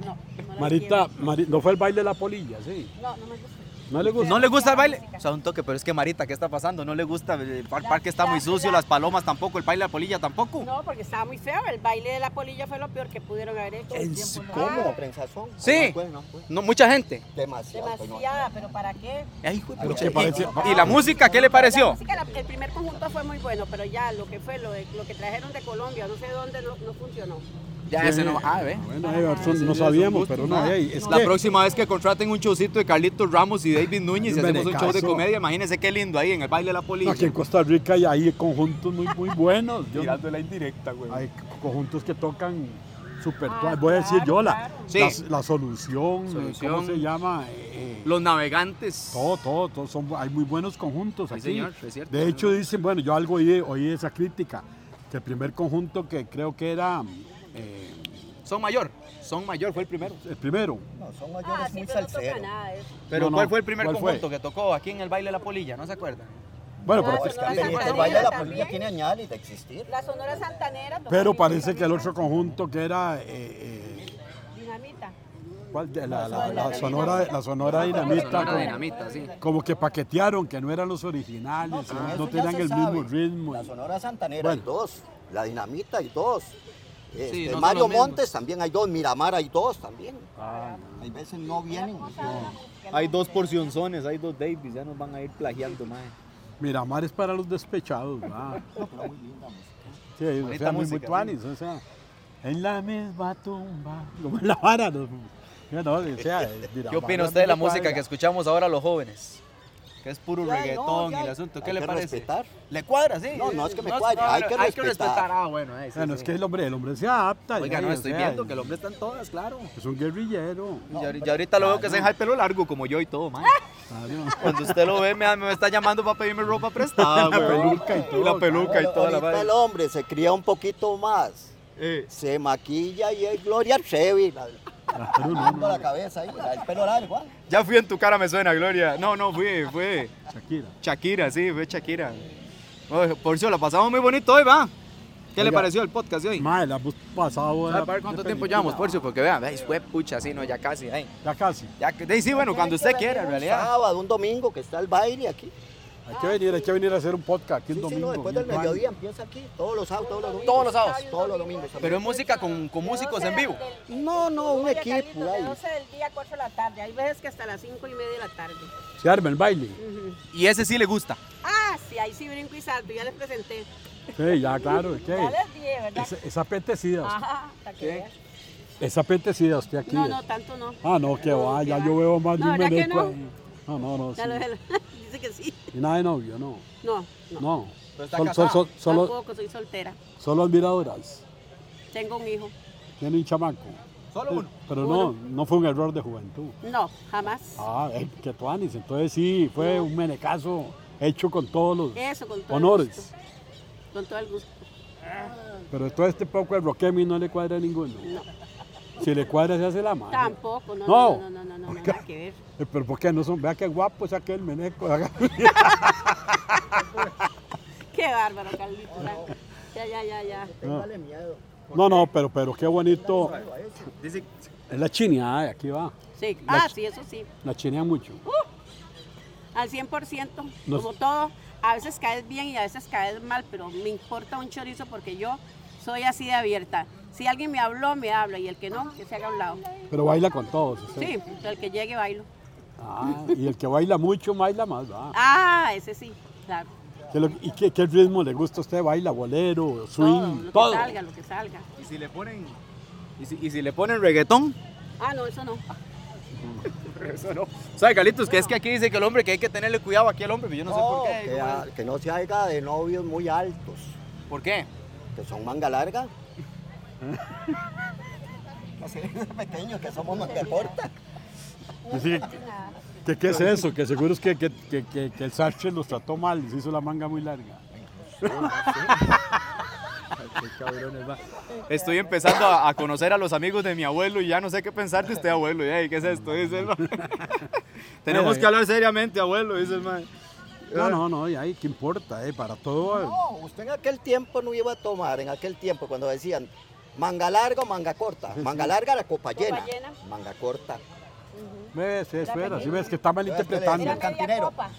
[SPEAKER 5] No, no lo
[SPEAKER 2] Marita, Mari- no fue el baile de la polilla, sí.
[SPEAKER 5] quiero. No, no me gusta.
[SPEAKER 2] No le gustó.
[SPEAKER 1] ¿No le gusta el baile? O sea, un toque, pero es que Marita, ¿qué está pasando? No le gusta, el par- parque está muy sucio, las palomas tampoco, el baile de la polilla tampoco.
[SPEAKER 5] No, porque estaba muy feo. El baile de la polilla fue lo peor que pudieron haber hecho.
[SPEAKER 1] ¿En
[SPEAKER 5] El tiempo no
[SPEAKER 7] ¿Cómo?
[SPEAKER 5] daba.
[SPEAKER 7] ¿Prensazón?
[SPEAKER 1] Sí.
[SPEAKER 7] No, pues, no, pues.
[SPEAKER 1] No, mucha gente.
[SPEAKER 7] Demasiado. pues, no.
[SPEAKER 5] Demasiada, pero ¿para qué?
[SPEAKER 1] Ay, hijo de
[SPEAKER 7] Algo
[SPEAKER 1] pucha.
[SPEAKER 7] que
[SPEAKER 1] ¿Y-
[SPEAKER 7] parece-
[SPEAKER 1] ¿Y la música qué le
[SPEAKER 5] La
[SPEAKER 1] pareció?
[SPEAKER 5] música, la- el primer conjunto fue muy bueno, pero ya lo que fue, lo, de- lo que trajeron de Colombia, no sé dónde, no, no funcionó.
[SPEAKER 1] Ya
[SPEAKER 2] Sí.
[SPEAKER 1] ese no ah, ve.
[SPEAKER 2] Bueno, eh, son- no sabíamos, pero no, eh, es
[SPEAKER 1] la
[SPEAKER 2] que-
[SPEAKER 1] próxima vez que contraten un showcito de Carlitos Ramos y David Núñez y
[SPEAKER 2] Un
[SPEAKER 1] hacemos un show de
[SPEAKER 2] benecazo.
[SPEAKER 1] comedia, imagínense qué lindo ahí en el baile de la polilla.
[SPEAKER 2] Aquí en Costa Rica hay, hay conjuntos muy, muy buenos. Yo-
[SPEAKER 1] Tirando la indirecta, güey.
[SPEAKER 2] hay conjuntos que tocan super.
[SPEAKER 5] Ah,
[SPEAKER 2] voy a decir yo la,
[SPEAKER 5] claro.
[SPEAKER 1] Sí.
[SPEAKER 2] la, la solución, eh,
[SPEAKER 1] Solución.
[SPEAKER 2] ¿cómo se llama? Eh, eh,
[SPEAKER 1] Los navegantes.
[SPEAKER 2] todo, todo, todo son, hay muy buenos conjuntos
[SPEAKER 1] Sí,
[SPEAKER 2] aquí.
[SPEAKER 1] señor, es cierto.
[SPEAKER 2] de hecho, dicen, bueno, yo algo oí, oí esa crítica, que el primer conjunto que creo que era eh,
[SPEAKER 1] Son mayor. Son mayor fue el primero.
[SPEAKER 2] el primero.
[SPEAKER 7] No, son mayores
[SPEAKER 5] Ah, sí,
[SPEAKER 7] muy
[SPEAKER 5] pero no toca
[SPEAKER 7] salseros.
[SPEAKER 5] nada de eso.
[SPEAKER 1] Pero
[SPEAKER 2] No, no,
[SPEAKER 1] ¿cuál fue el primer
[SPEAKER 2] ¿cuál fue?
[SPEAKER 1] conjunto que tocó aquí en el baile de la polilla? ¿No se acuerdan?
[SPEAKER 2] Bueno,
[SPEAKER 5] Claro,
[SPEAKER 7] No,
[SPEAKER 2] pero, pues,
[SPEAKER 7] es pues, que han
[SPEAKER 5] Sonora
[SPEAKER 7] venido, el
[SPEAKER 5] Santanera
[SPEAKER 7] baile de la
[SPEAKER 5] también.
[SPEAKER 7] polilla tiene añales de existir.
[SPEAKER 5] La Sonora Santanera. tocó
[SPEAKER 2] pero
[SPEAKER 5] muy
[SPEAKER 2] parece que el
[SPEAKER 5] dinamita.
[SPEAKER 2] otro conjunto que era... eh, eh,
[SPEAKER 5] Dinamita.
[SPEAKER 2] ¿cuál de- la, la- la sonora, la sonora dinamita.
[SPEAKER 1] Sonora
[SPEAKER 2] con-
[SPEAKER 1] dinamita, sí.
[SPEAKER 2] Como que paquetearon, que no eran los originales,
[SPEAKER 7] Con
[SPEAKER 2] no,
[SPEAKER 7] eso ya
[SPEAKER 2] tenían
[SPEAKER 7] se
[SPEAKER 2] el
[SPEAKER 7] sabe.
[SPEAKER 2] mismo ritmo.
[SPEAKER 7] La Sonora Santanera
[SPEAKER 2] Bueno.
[SPEAKER 7] hay dos, la Dinamita hay dos. Este,
[SPEAKER 1] Sí, no son
[SPEAKER 7] Mario
[SPEAKER 1] los mismos.
[SPEAKER 7] Montes también hay dos, Miramar hay dos también. Hay veces no vienen.
[SPEAKER 1] Hay dos porcionzones, hay dos Davis, ya nos van a ir plagiando, mae.
[SPEAKER 2] Miramar es para los despechados, ¿verdad? Sí, o
[SPEAKER 1] Bonita
[SPEAKER 2] sea, muy, muy
[SPEAKER 1] música,
[SPEAKER 2] tuanis, o sea, en la misma tumba, como en la vara. ¿no? Ya no, o sea,
[SPEAKER 1] ¿Qué opina usted de la música que escuchamos ahora los jóvenes? Que es puro
[SPEAKER 7] Ya, no,
[SPEAKER 1] reggaetón
[SPEAKER 7] ya.
[SPEAKER 1] y el asunto. ¿Qué
[SPEAKER 7] Hay
[SPEAKER 1] le
[SPEAKER 7] que
[SPEAKER 1] parece?
[SPEAKER 7] respetar.
[SPEAKER 1] ¿Le cuadra, sí?
[SPEAKER 7] No, no es que me
[SPEAKER 1] es-
[SPEAKER 7] cuadre, hay que respetar.
[SPEAKER 1] Ah, bueno, ahí sí,
[SPEAKER 2] Bueno,
[SPEAKER 1] sí.
[SPEAKER 2] es que el hombre, el hombre se adapta.
[SPEAKER 1] Oiga,
[SPEAKER 2] ya,
[SPEAKER 1] no,
[SPEAKER 2] o
[SPEAKER 1] estoy
[SPEAKER 2] sea,
[SPEAKER 1] viendo que el hombre están todas, claro.
[SPEAKER 2] Es un guerrillero.
[SPEAKER 1] ya, ya ahorita lo veo que se deja el pelo largo como yo y todo, mae.
[SPEAKER 2] claro.
[SPEAKER 1] Cuando usted lo ve, me, me está llamando para pedirme ropa prestada,
[SPEAKER 2] La
[SPEAKER 1] weón.
[SPEAKER 2] peluca y todo,
[SPEAKER 1] La peluca y toda la
[SPEAKER 7] Ahorita
[SPEAKER 1] madre.
[SPEAKER 7] el hombre se cría un poquito más.
[SPEAKER 1] Eh,
[SPEAKER 7] Se maquilla y es Gloria Trevi. La,
[SPEAKER 2] Claro, no,
[SPEAKER 7] dando
[SPEAKER 2] no,
[SPEAKER 7] la cabeza ahí, el pelo largo. ¿ah?
[SPEAKER 1] ya fui en tu cara, me suena, Gloria. No, no, fui, fue
[SPEAKER 2] Shakira.
[SPEAKER 1] Shakira, sí, fue Shakira. Oye, por eso la pasamos muy bonito hoy, va. ¿Qué le
[SPEAKER 2] Oiga.
[SPEAKER 1] pareció el podcast de hoy?
[SPEAKER 2] Madre, la hemos pasado. de
[SPEAKER 1] A
[SPEAKER 2] la-
[SPEAKER 1] ver
[SPEAKER 2] de
[SPEAKER 1] cuánto tiempo
[SPEAKER 2] película.
[SPEAKER 1] llevamos, Porcio, porque vean, veis, fue pucha, sí, no, ya casi, ay.
[SPEAKER 2] Ya casi.
[SPEAKER 1] Ya, que- de- sí, bueno, cuando usted quiera, en
[SPEAKER 7] Un
[SPEAKER 1] realidad.
[SPEAKER 7] sábado, un domingo que está el baile aquí.
[SPEAKER 2] Hay
[SPEAKER 5] Ah.
[SPEAKER 2] que venir, hay que venir a hacer un podcast aquí
[SPEAKER 7] Sí,
[SPEAKER 2] el
[SPEAKER 7] sí,
[SPEAKER 2] domingo.
[SPEAKER 7] no, después del
[SPEAKER 2] bien,
[SPEAKER 7] mediodía empieza aquí, todos los sábados, todos los domingos.
[SPEAKER 1] Todos los sábados.
[SPEAKER 7] Todos los domingos.
[SPEAKER 1] Pero es música con, con músicos en vivo.
[SPEAKER 7] No, no, un
[SPEAKER 5] Oye,
[SPEAKER 7] equipo
[SPEAKER 5] Carlitos, de
[SPEAKER 7] ahí.
[SPEAKER 5] 12 del día a 4 de la tarde. Hay veces que hasta las 5 y media de la tarde.
[SPEAKER 2] Juan. Se arma el baile.
[SPEAKER 1] Y ese sí le gusta.
[SPEAKER 5] Ah, sí, ahí sí brinco y salto. Ya les presenté.
[SPEAKER 2] Sí, ya, claro. es que
[SPEAKER 5] Ya les dije, ¿verdad?
[SPEAKER 2] Es, es apetecida. usted.
[SPEAKER 5] Ajá, hasta que veas.
[SPEAKER 2] Es apetecida usted aquí.
[SPEAKER 5] No, no, tanto no.
[SPEAKER 2] Ah, no, que va,
[SPEAKER 5] que
[SPEAKER 2] ya
[SPEAKER 5] va.
[SPEAKER 2] yo veo más de
[SPEAKER 5] No,
[SPEAKER 2] un
[SPEAKER 5] ¿verdad que
[SPEAKER 2] meneco
[SPEAKER 5] no?
[SPEAKER 2] ahí. No, no, no.
[SPEAKER 5] Ya lo
[SPEAKER 2] sí.
[SPEAKER 5] veo. Dice que sí.
[SPEAKER 2] Y nada de novio, no.
[SPEAKER 5] No, no.
[SPEAKER 2] No.
[SPEAKER 1] Pero está
[SPEAKER 2] Sol- sol-
[SPEAKER 1] casada.
[SPEAKER 2] sol- solo,
[SPEAKER 5] Tampoco soy soltera.
[SPEAKER 2] solo admiradoras.
[SPEAKER 5] Tengo un hijo.
[SPEAKER 2] Tiene un chamaco.
[SPEAKER 1] Solo uno.
[SPEAKER 2] Pero no, no fue un error de juventud.
[SPEAKER 5] No, jamás.
[SPEAKER 2] Ah, eh, que tuanis. Entonces sí, fue un menecazo hecho con todos los
[SPEAKER 5] Eso, con todo el
[SPEAKER 2] honores.
[SPEAKER 5] gusto. Con todo el gusto.
[SPEAKER 2] Pero todo este poco de roquemi no le cuadra a ninguno. Si le cuadra se hace la mano.
[SPEAKER 5] Tampoco, no,
[SPEAKER 2] No.
[SPEAKER 5] no, no, no, no, no,
[SPEAKER 2] Oiga.
[SPEAKER 5] nada que ver.
[SPEAKER 2] Eh, Pero ¿por qué no son? Vea qué guapo es aquel meneco. haga-
[SPEAKER 5] Qué bárbaro, Carlitos. Ya, ya, ya, ya.
[SPEAKER 7] Téngale miedo.
[SPEAKER 2] No, no, pero, pero qué bonito.
[SPEAKER 1] Dice,
[SPEAKER 2] Es la chineada, eh, aquí va.
[SPEAKER 5] Sí. Ah, sí, eso sí.
[SPEAKER 2] La chinea mucho.
[SPEAKER 5] Al 100%,
[SPEAKER 2] Nos-
[SPEAKER 5] como todo, a veces caes bien y a veces caes mal, pero me importa un chorizo porque yo soy así de abierta. Si alguien me habló, me habla y el que no, que se haga a un lado.
[SPEAKER 2] Pero baila con todos. usted.
[SPEAKER 5] Sí, el que llegue bailo.
[SPEAKER 2] Ah, y el que baila mucho, baila más. ¿va?
[SPEAKER 5] Ah, ese sí, claro.
[SPEAKER 2] ¿Qué lo- ¿Y qué, qué ritmo le gusta a usted? ¿Baila bolero,
[SPEAKER 5] Todo,
[SPEAKER 2] swing?
[SPEAKER 5] lo que salga, lo que salga.
[SPEAKER 1] y si le ponen. Y si, y si le ponen reggaetón.
[SPEAKER 5] Ah, no, eso no.
[SPEAKER 1] Eso no. ¿Sabe, Carlitos? Que es que aquí dice que el hombre que hay que tenerle cuidado aquí al hombre, pero yo no, sé por qué.
[SPEAKER 7] que,
[SPEAKER 1] ¿cómo
[SPEAKER 7] a- que no se haga de novios muy altos,
[SPEAKER 1] es? ¿Por qué?
[SPEAKER 7] que son manga larga. Así, pequeños, que somos manga corta.
[SPEAKER 2] Así que- que- ¿Qué es eso? Que seguro es que, que, que- que- que el Sarche los trató mal y se hizo la manga muy larga.
[SPEAKER 1] Estoy empezando a, a conocer a los amigos de mi abuelo y ya no sé qué pensar de usted, abuelo. Y, "Ey, ¿Qué es esto? Dice el man. Tenemos que hablar seriamente, abuelo, dice el man.
[SPEAKER 2] No, no, no, y ahí, ¿qué importa? Eh? Para todo. eh.
[SPEAKER 7] No, Oh, usted en aquel tiempo no iba a tomar, en aquel tiempo cuando decían manga larga o manga corta. Manga larga la copa llena.
[SPEAKER 5] llena.
[SPEAKER 7] Manga corta.
[SPEAKER 2] Ves, es fuera, si ves que está mal
[SPEAKER 7] Era
[SPEAKER 2] interpretando.
[SPEAKER 7] media Cantinero.
[SPEAKER 5] copa.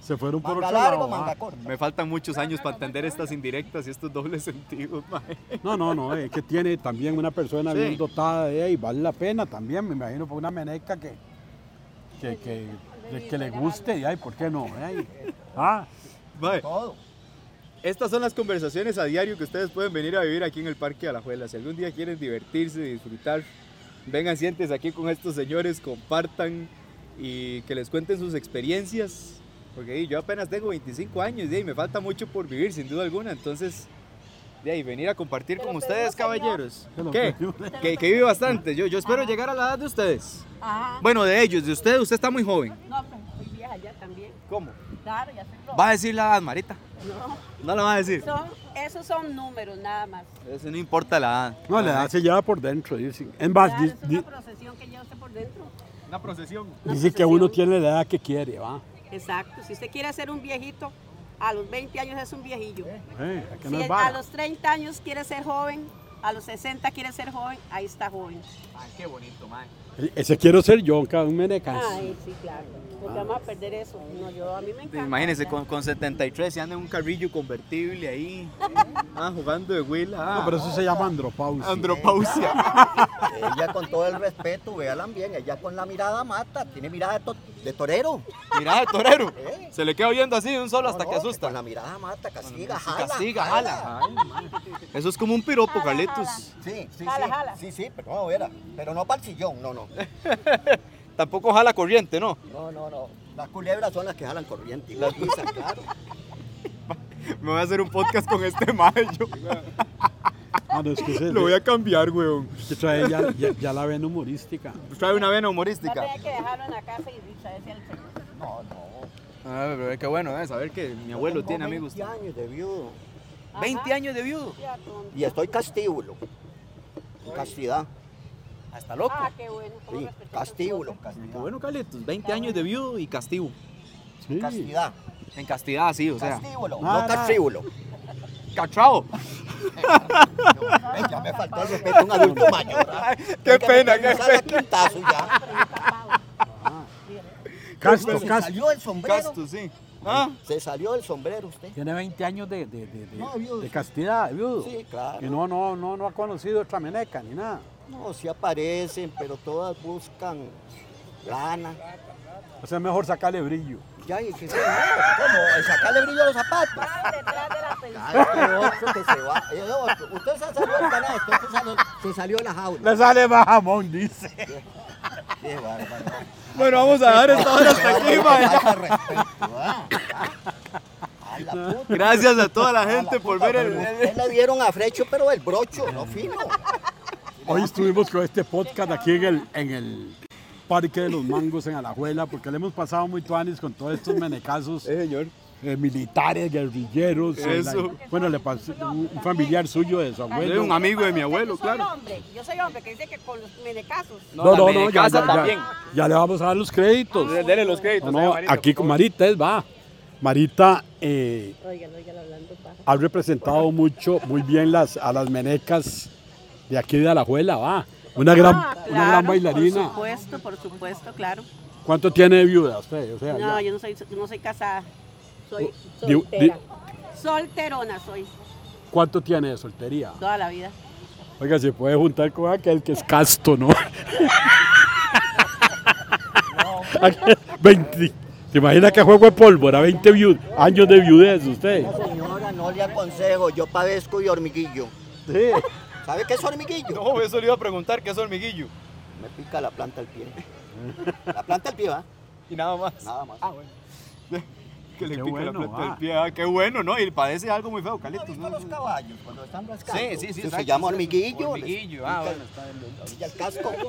[SPEAKER 2] Se fueron por
[SPEAKER 7] Manga
[SPEAKER 2] otro
[SPEAKER 7] largo,
[SPEAKER 2] lado.
[SPEAKER 7] manga
[SPEAKER 2] ah.
[SPEAKER 7] corta.
[SPEAKER 1] Me faltan muchos años para entender estas indirectas y estos dobles sentidos, mae.
[SPEAKER 2] No, no, no, es que tiene también una persona
[SPEAKER 1] Sí.
[SPEAKER 2] bien dotada de ella y vale la pena también, me imagino, por una meneca que, que, que, que- que le guste, y ay, ¿por qué no? Ay, ah,
[SPEAKER 1] Mae,
[SPEAKER 7] Todo.
[SPEAKER 1] Estas son las conversaciones a diario que ustedes pueden venir a vivir aquí en el Parque Alajuela. Si algún día quieren divertirse, disfrutar, vengan, siéntense aquí con estos señores, compartan y que les cuenten sus experiencias. Porque di, yo apenas tengo 25 años di, y me falta mucho por vivir, sin duda alguna. Entonces, de ahí, venir a compartir con ustedes, caballeros.
[SPEAKER 2] Te lo
[SPEAKER 1] ¿Qué?
[SPEAKER 2] pedimos.
[SPEAKER 1] Que, que vive bastante. Yo, yo espero llegar a la edad de ustedes.
[SPEAKER 5] Ajá.
[SPEAKER 1] Bueno, de ellos, de ustedes, usted está muy joven.
[SPEAKER 5] Ah, No, pues soy vieja ya también.
[SPEAKER 1] ¿Cómo?
[SPEAKER 5] Claro, ya soy roja.
[SPEAKER 1] ¿Va a decir la edad, Marita? No. No la va a decir.
[SPEAKER 5] Son, esos son números nada más.
[SPEAKER 1] Eso no importa la edad.
[SPEAKER 2] no, la edad se lleva por dentro, dicen. Es más,
[SPEAKER 5] Claro,
[SPEAKER 2] di-
[SPEAKER 5] es
[SPEAKER 2] di-
[SPEAKER 5] una procesión que lleva usted por dentro.
[SPEAKER 1] Una procesión.
[SPEAKER 5] una
[SPEAKER 2] dice que uno
[SPEAKER 5] procesión.
[SPEAKER 2] tiene la edad que quiere, va.
[SPEAKER 5] Exacto. Si usted quiere ser un viejito, a los 20 años es un viejillo.
[SPEAKER 2] Eh, aquí no
[SPEAKER 5] Si
[SPEAKER 2] es
[SPEAKER 5] a
[SPEAKER 2] vara.
[SPEAKER 5] los 30 años quiere ser joven, a los 60 quiere ser joven, ahí está joven.
[SPEAKER 1] Ay, qué bonito, mae.
[SPEAKER 2] E, Ese quiero ser yo, cabrón, menecas.
[SPEAKER 5] Ay, sí, claro. Porque
[SPEAKER 2] Ah.
[SPEAKER 5] vamos a perder eso. No, yo, a mí me encanta.
[SPEAKER 1] Imagínense, con, con 73 se anda en un carrillo convertible ahí, ah, jugando de huila. ah.
[SPEAKER 2] No, pero eso se llama andropausia.
[SPEAKER 1] Andropausia.
[SPEAKER 7] Ella con todo el respeto, véalan bien, ella con la mirada mata, tiene mirada de, to- de torero.
[SPEAKER 1] Mirá, el torero. Se le queda oyendo así de un solo hasta
[SPEAKER 7] No,
[SPEAKER 1] que
[SPEAKER 7] no,
[SPEAKER 1] asusta.
[SPEAKER 7] Con la mirada mata, castiga, jala.
[SPEAKER 1] Castiga, jala. Ay, Eso es como un piropo, Carlitos.
[SPEAKER 7] Sí, sí,
[SPEAKER 5] Jala,
[SPEAKER 7] sí.
[SPEAKER 5] jala.
[SPEAKER 7] Sí, sí, pero no, era. Pero no para el sillón, no, no.
[SPEAKER 1] Tampoco jala corriente, ¿no?
[SPEAKER 7] No, no, no. Las culebras son las que jalan corriente. Las pisan, claro.
[SPEAKER 1] Me voy a hacer un podcast con este mayo.
[SPEAKER 2] Ah, no, es que ese-
[SPEAKER 1] Lo voy a cambiar, weón.
[SPEAKER 2] que trae ya, ya- ya la ven humorística.
[SPEAKER 1] Trae una vena
[SPEAKER 5] Va a
[SPEAKER 1] humorística.
[SPEAKER 5] tener que dejarlo en la casa y traerse al señor.
[SPEAKER 1] Ah, pero qué bueno, eh, saber que mi abuelo
[SPEAKER 7] Tengo
[SPEAKER 1] tiene amigos.
[SPEAKER 7] 20 años de viudo.
[SPEAKER 1] 20 años de viudo.
[SPEAKER 5] Ya, tonto.
[SPEAKER 7] Y estoy castíbulo. Castidad.
[SPEAKER 1] Hasta loco.
[SPEAKER 5] Ah, qué bueno. cómo
[SPEAKER 7] Sí,
[SPEAKER 5] respetar sus
[SPEAKER 7] castíbulo,
[SPEAKER 5] cosas.
[SPEAKER 1] Qué
[SPEAKER 7] castidad.
[SPEAKER 1] bueno, Carlitos. 20 años de viudo y castigo.
[SPEAKER 2] Sí.
[SPEAKER 7] Castidad.
[SPEAKER 1] En castidad, sí, o sea.
[SPEAKER 7] Castíbulo,
[SPEAKER 2] Nada.
[SPEAKER 7] no castíbulo.
[SPEAKER 1] ¡Cachao!
[SPEAKER 7] Ey, ya me faltó el respeto a un adulto mayor. ¿ah?
[SPEAKER 1] Qué
[SPEAKER 7] Hay que
[SPEAKER 1] pena,
[SPEAKER 7] meternos
[SPEAKER 1] qué
[SPEAKER 7] a la quintazo ya.
[SPEAKER 2] Casto,
[SPEAKER 7] Se
[SPEAKER 2] casto.
[SPEAKER 7] salió el sombrero.
[SPEAKER 1] Casto, sí. ¿Ah?
[SPEAKER 7] Se salió el sombrero usted.
[SPEAKER 2] Tiene 20 años de, de, de, de-
[SPEAKER 7] No, viudo.
[SPEAKER 2] de castidad, viudo.
[SPEAKER 7] Sí, claro.
[SPEAKER 2] Que no, no, no, no ha conocido otra meneca ni nada.
[SPEAKER 7] No, sí aparecen, pero todas buscan lana.
[SPEAKER 2] O sea, es mejor sacarle brillo.
[SPEAKER 7] Ya, y que se va. ¿Cómo? ¿Sacarle brillo a los zapatos?
[SPEAKER 5] Van detrás de la pensión.
[SPEAKER 7] Ay, qué otro que se va. Eh, no, Usted se salió del canal, usted se salió, se salió de la jaula.
[SPEAKER 2] Le sale más jamón, dice.
[SPEAKER 7] Qué bárbaro.
[SPEAKER 1] Bueno, vamos a dar esta hora hasta aquí, mae.
[SPEAKER 7] Falta respeto, ah. A la puta.
[SPEAKER 1] Gracias a toda la
[SPEAKER 7] a la
[SPEAKER 1] gente por
[SPEAKER 7] puta,
[SPEAKER 1] ver el.
[SPEAKER 7] pero Ustedes le dieron a Frecho, pero el brocho, no fino.
[SPEAKER 2] Hoy estuvimos con este podcast aquí en el, en el Parque de los Mangos en Alajuela, porque le hemos pasado muy tuanis con todos estos menecazos
[SPEAKER 1] señor.
[SPEAKER 2] eh, militares, guerrilleros. eh,
[SPEAKER 1] Eso.
[SPEAKER 2] la- bueno, le pasó un, un familiar suyo de su
[SPEAKER 1] Era
[SPEAKER 2] abuelo.
[SPEAKER 1] un amigo de mi
[SPEAKER 5] Yo
[SPEAKER 1] abuelo,
[SPEAKER 5] soy
[SPEAKER 1] claro.
[SPEAKER 5] hombre, yo soy hombre que dice que con los menecasos.
[SPEAKER 2] No, no, no, ya,
[SPEAKER 1] casa
[SPEAKER 2] ya- ya-
[SPEAKER 1] también.
[SPEAKER 2] ya le vamos a dar los créditos.
[SPEAKER 1] Dele- Dele los créditos.
[SPEAKER 2] No, no,
[SPEAKER 1] eh, Marito,
[SPEAKER 2] aquí
[SPEAKER 1] por
[SPEAKER 2] con
[SPEAKER 1] favor.
[SPEAKER 2] Marita es, va. Marita eh,
[SPEAKER 5] Oigan, oigan, hablando paja.
[SPEAKER 2] ha representado mucho, muy bien las, a las menecas de aquí de Alajuela, va. Una gran, una gran
[SPEAKER 5] Ah, Por
[SPEAKER 2] bailarina.
[SPEAKER 5] supuesto, por supuesto, claro.
[SPEAKER 2] ¿Cuánto tiene de viuda usted? O sea,
[SPEAKER 5] No,
[SPEAKER 2] ya-
[SPEAKER 5] yo no soy, no soy casada. Soy
[SPEAKER 1] Oh,
[SPEAKER 2] di-
[SPEAKER 5] soltera. Solterona soy,
[SPEAKER 2] ¿Cuánto tiene de soltería?
[SPEAKER 5] toda la vida.
[SPEAKER 2] Oiga, se puede juntar con aquel que es casto, ¿no? Aquel 20. ¿Se imagina que juego de pólvora? 20 viu- años de viudez usted.
[SPEAKER 7] Señora, no le aconsejo, yo padezco de hormiguillo.
[SPEAKER 2] Sí.
[SPEAKER 7] ¿Sabe qué es hormiguillo?
[SPEAKER 1] No, eso le iba a preguntar, ¿qué es hormiguillo?
[SPEAKER 7] Me pica la planta del pie. La planta del pie, ¿va?
[SPEAKER 1] Y nada más. Ah,
[SPEAKER 7] Nada más.
[SPEAKER 1] Que le
[SPEAKER 2] Qué
[SPEAKER 1] pica la
[SPEAKER 2] bueno,
[SPEAKER 1] planta
[SPEAKER 2] ah.
[SPEAKER 1] del pie. Ah, qué bueno, ¿no? Y padece algo muy feo,
[SPEAKER 7] ¿No ha
[SPEAKER 1] Carlitos.
[SPEAKER 7] visto los caballos cuando están rascando?
[SPEAKER 1] Sí, sí, sí.
[SPEAKER 7] Eso Se
[SPEAKER 1] exacto,
[SPEAKER 7] llama
[SPEAKER 1] sí,
[SPEAKER 7] hormiguillo.
[SPEAKER 1] Hormiguillo, ah, bueno.
[SPEAKER 7] Y el casco.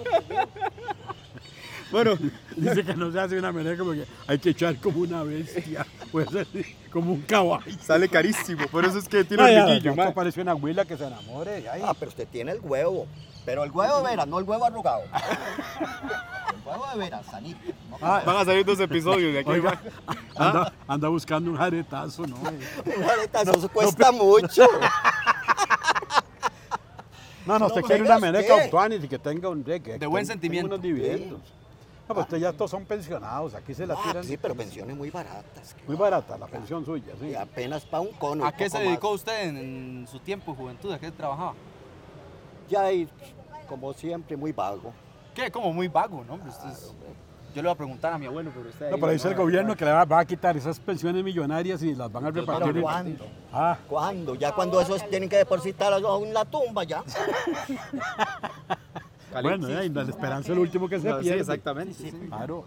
[SPEAKER 1] Bueno,
[SPEAKER 2] Dice que no se hace una meneca porque hay que echar como una bestia. Puede ser como un caballo.
[SPEAKER 1] sale carísimo, por eso es que tiene
[SPEAKER 2] Ay,
[SPEAKER 1] hormiguillo,
[SPEAKER 2] al
[SPEAKER 1] mae.
[SPEAKER 2] rato aparece una abuela que se enamore. ay.
[SPEAKER 7] Ah, pero usted tiene el huevo. Pero el huevo de veras, no el huevo arrugado. El huevo de veras, sanito. No,
[SPEAKER 2] Ah,
[SPEAKER 1] Van a salir dos episodios de aquí,
[SPEAKER 2] oiga, Ah.
[SPEAKER 1] mae.
[SPEAKER 2] anda, anda buscando un jaretazo, ¿no?
[SPEAKER 7] ahorita eso cuesta mucho.
[SPEAKER 2] No, no,
[SPEAKER 7] No,
[SPEAKER 2] usted
[SPEAKER 7] pues,
[SPEAKER 2] quiere una
[SPEAKER 7] oiga
[SPEAKER 2] meneca
[SPEAKER 7] usted.
[SPEAKER 2] Octuanis y que tenga un de, que
[SPEAKER 1] De
[SPEAKER 2] ten-
[SPEAKER 1] buen
[SPEAKER 2] tenga
[SPEAKER 1] sentimiento.
[SPEAKER 2] unos dividendos. No, pues ustedes ya todos son pensionados, aquí se la
[SPEAKER 7] Ah,
[SPEAKER 2] tiran.
[SPEAKER 7] sí, pero pensiones muy baratas.
[SPEAKER 2] Muy barata la pensión suya, sí.
[SPEAKER 7] Y apenas para un cono.
[SPEAKER 1] ¿A qué se
[SPEAKER 7] poco más.
[SPEAKER 1] dedicó usted en, en su tiempo de juventud? ¿A qué trabajaba?
[SPEAKER 7] Ya, y como siempre, muy vago.
[SPEAKER 1] ¿Qué? Como muy vago, ¿no? Hombre, usted es- Yo le voy a preguntar a mi abuelo, pero usted.
[SPEAKER 2] No, pero dice el gobierno que le va, va a quitar esas pensiones millonarias y las van a repartir.
[SPEAKER 7] Pero
[SPEAKER 2] en-
[SPEAKER 7] ¿cuándo?
[SPEAKER 2] Ah,
[SPEAKER 7] ¿Cuándo? Ya cuando esos tienen que depositar a en la tumba ya.
[SPEAKER 2] bueno, eh, y la esperanza es lo último que se
[SPEAKER 1] Ah, Sí,
[SPEAKER 2] pierde.
[SPEAKER 1] exactamente. sí.
[SPEAKER 2] Claro.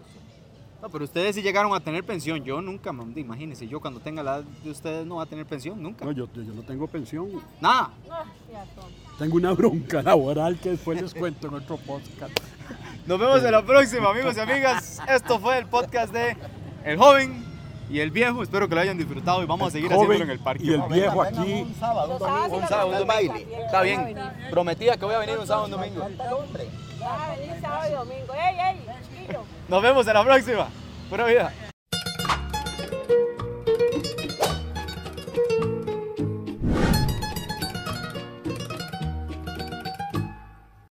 [SPEAKER 1] No, pero ustedes sí llegaron a tener pensión. Yo nunca, mam, imagínense, yo cuando tenga la edad de ustedes no va a tener pensión, nunca.
[SPEAKER 2] No, yo, yo yo no tengo pensión.
[SPEAKER 1] Nada.
[SPEAKER 2] Tengo una bronca laboral que después les cuento en otro podcast.
[SPEAKER 1] Nos vemos en la próxima, amigos y amigas. Esto fue el podcast de El Joven y el Viejo. Espero que lo hayan disfrutado y vamos a seguir
[SPEAKER 2] joven
[SPEAKER 1] haciéndolo en el parque.
[SPEAKER 2] y el
[SPEAKER 1] No,
[SPEAKER 2] viejo. Dejo
[SPEAKER 7] Vengan
[SPEAKER 2] aquí.
[SPEAKER 7] Un sábado, un domingo.
[SPEAKER 1] Un sábado, un
[SPEAKER 7] Al
[SPEAKER 1] domingo.
[SPEAKER 7] baile.
[SPEAKER 1] Está bien. Prometida que voy a venir un sábado y un domingo.
[SPEAKER 7] Falta el hombre.
[SPEAKER 5] Ah, Vas a venir sábado y domingo. ¡Ey, ey, chiquillo!
[SPEAKER 1] Nos vemos en la próxima. Buena vida.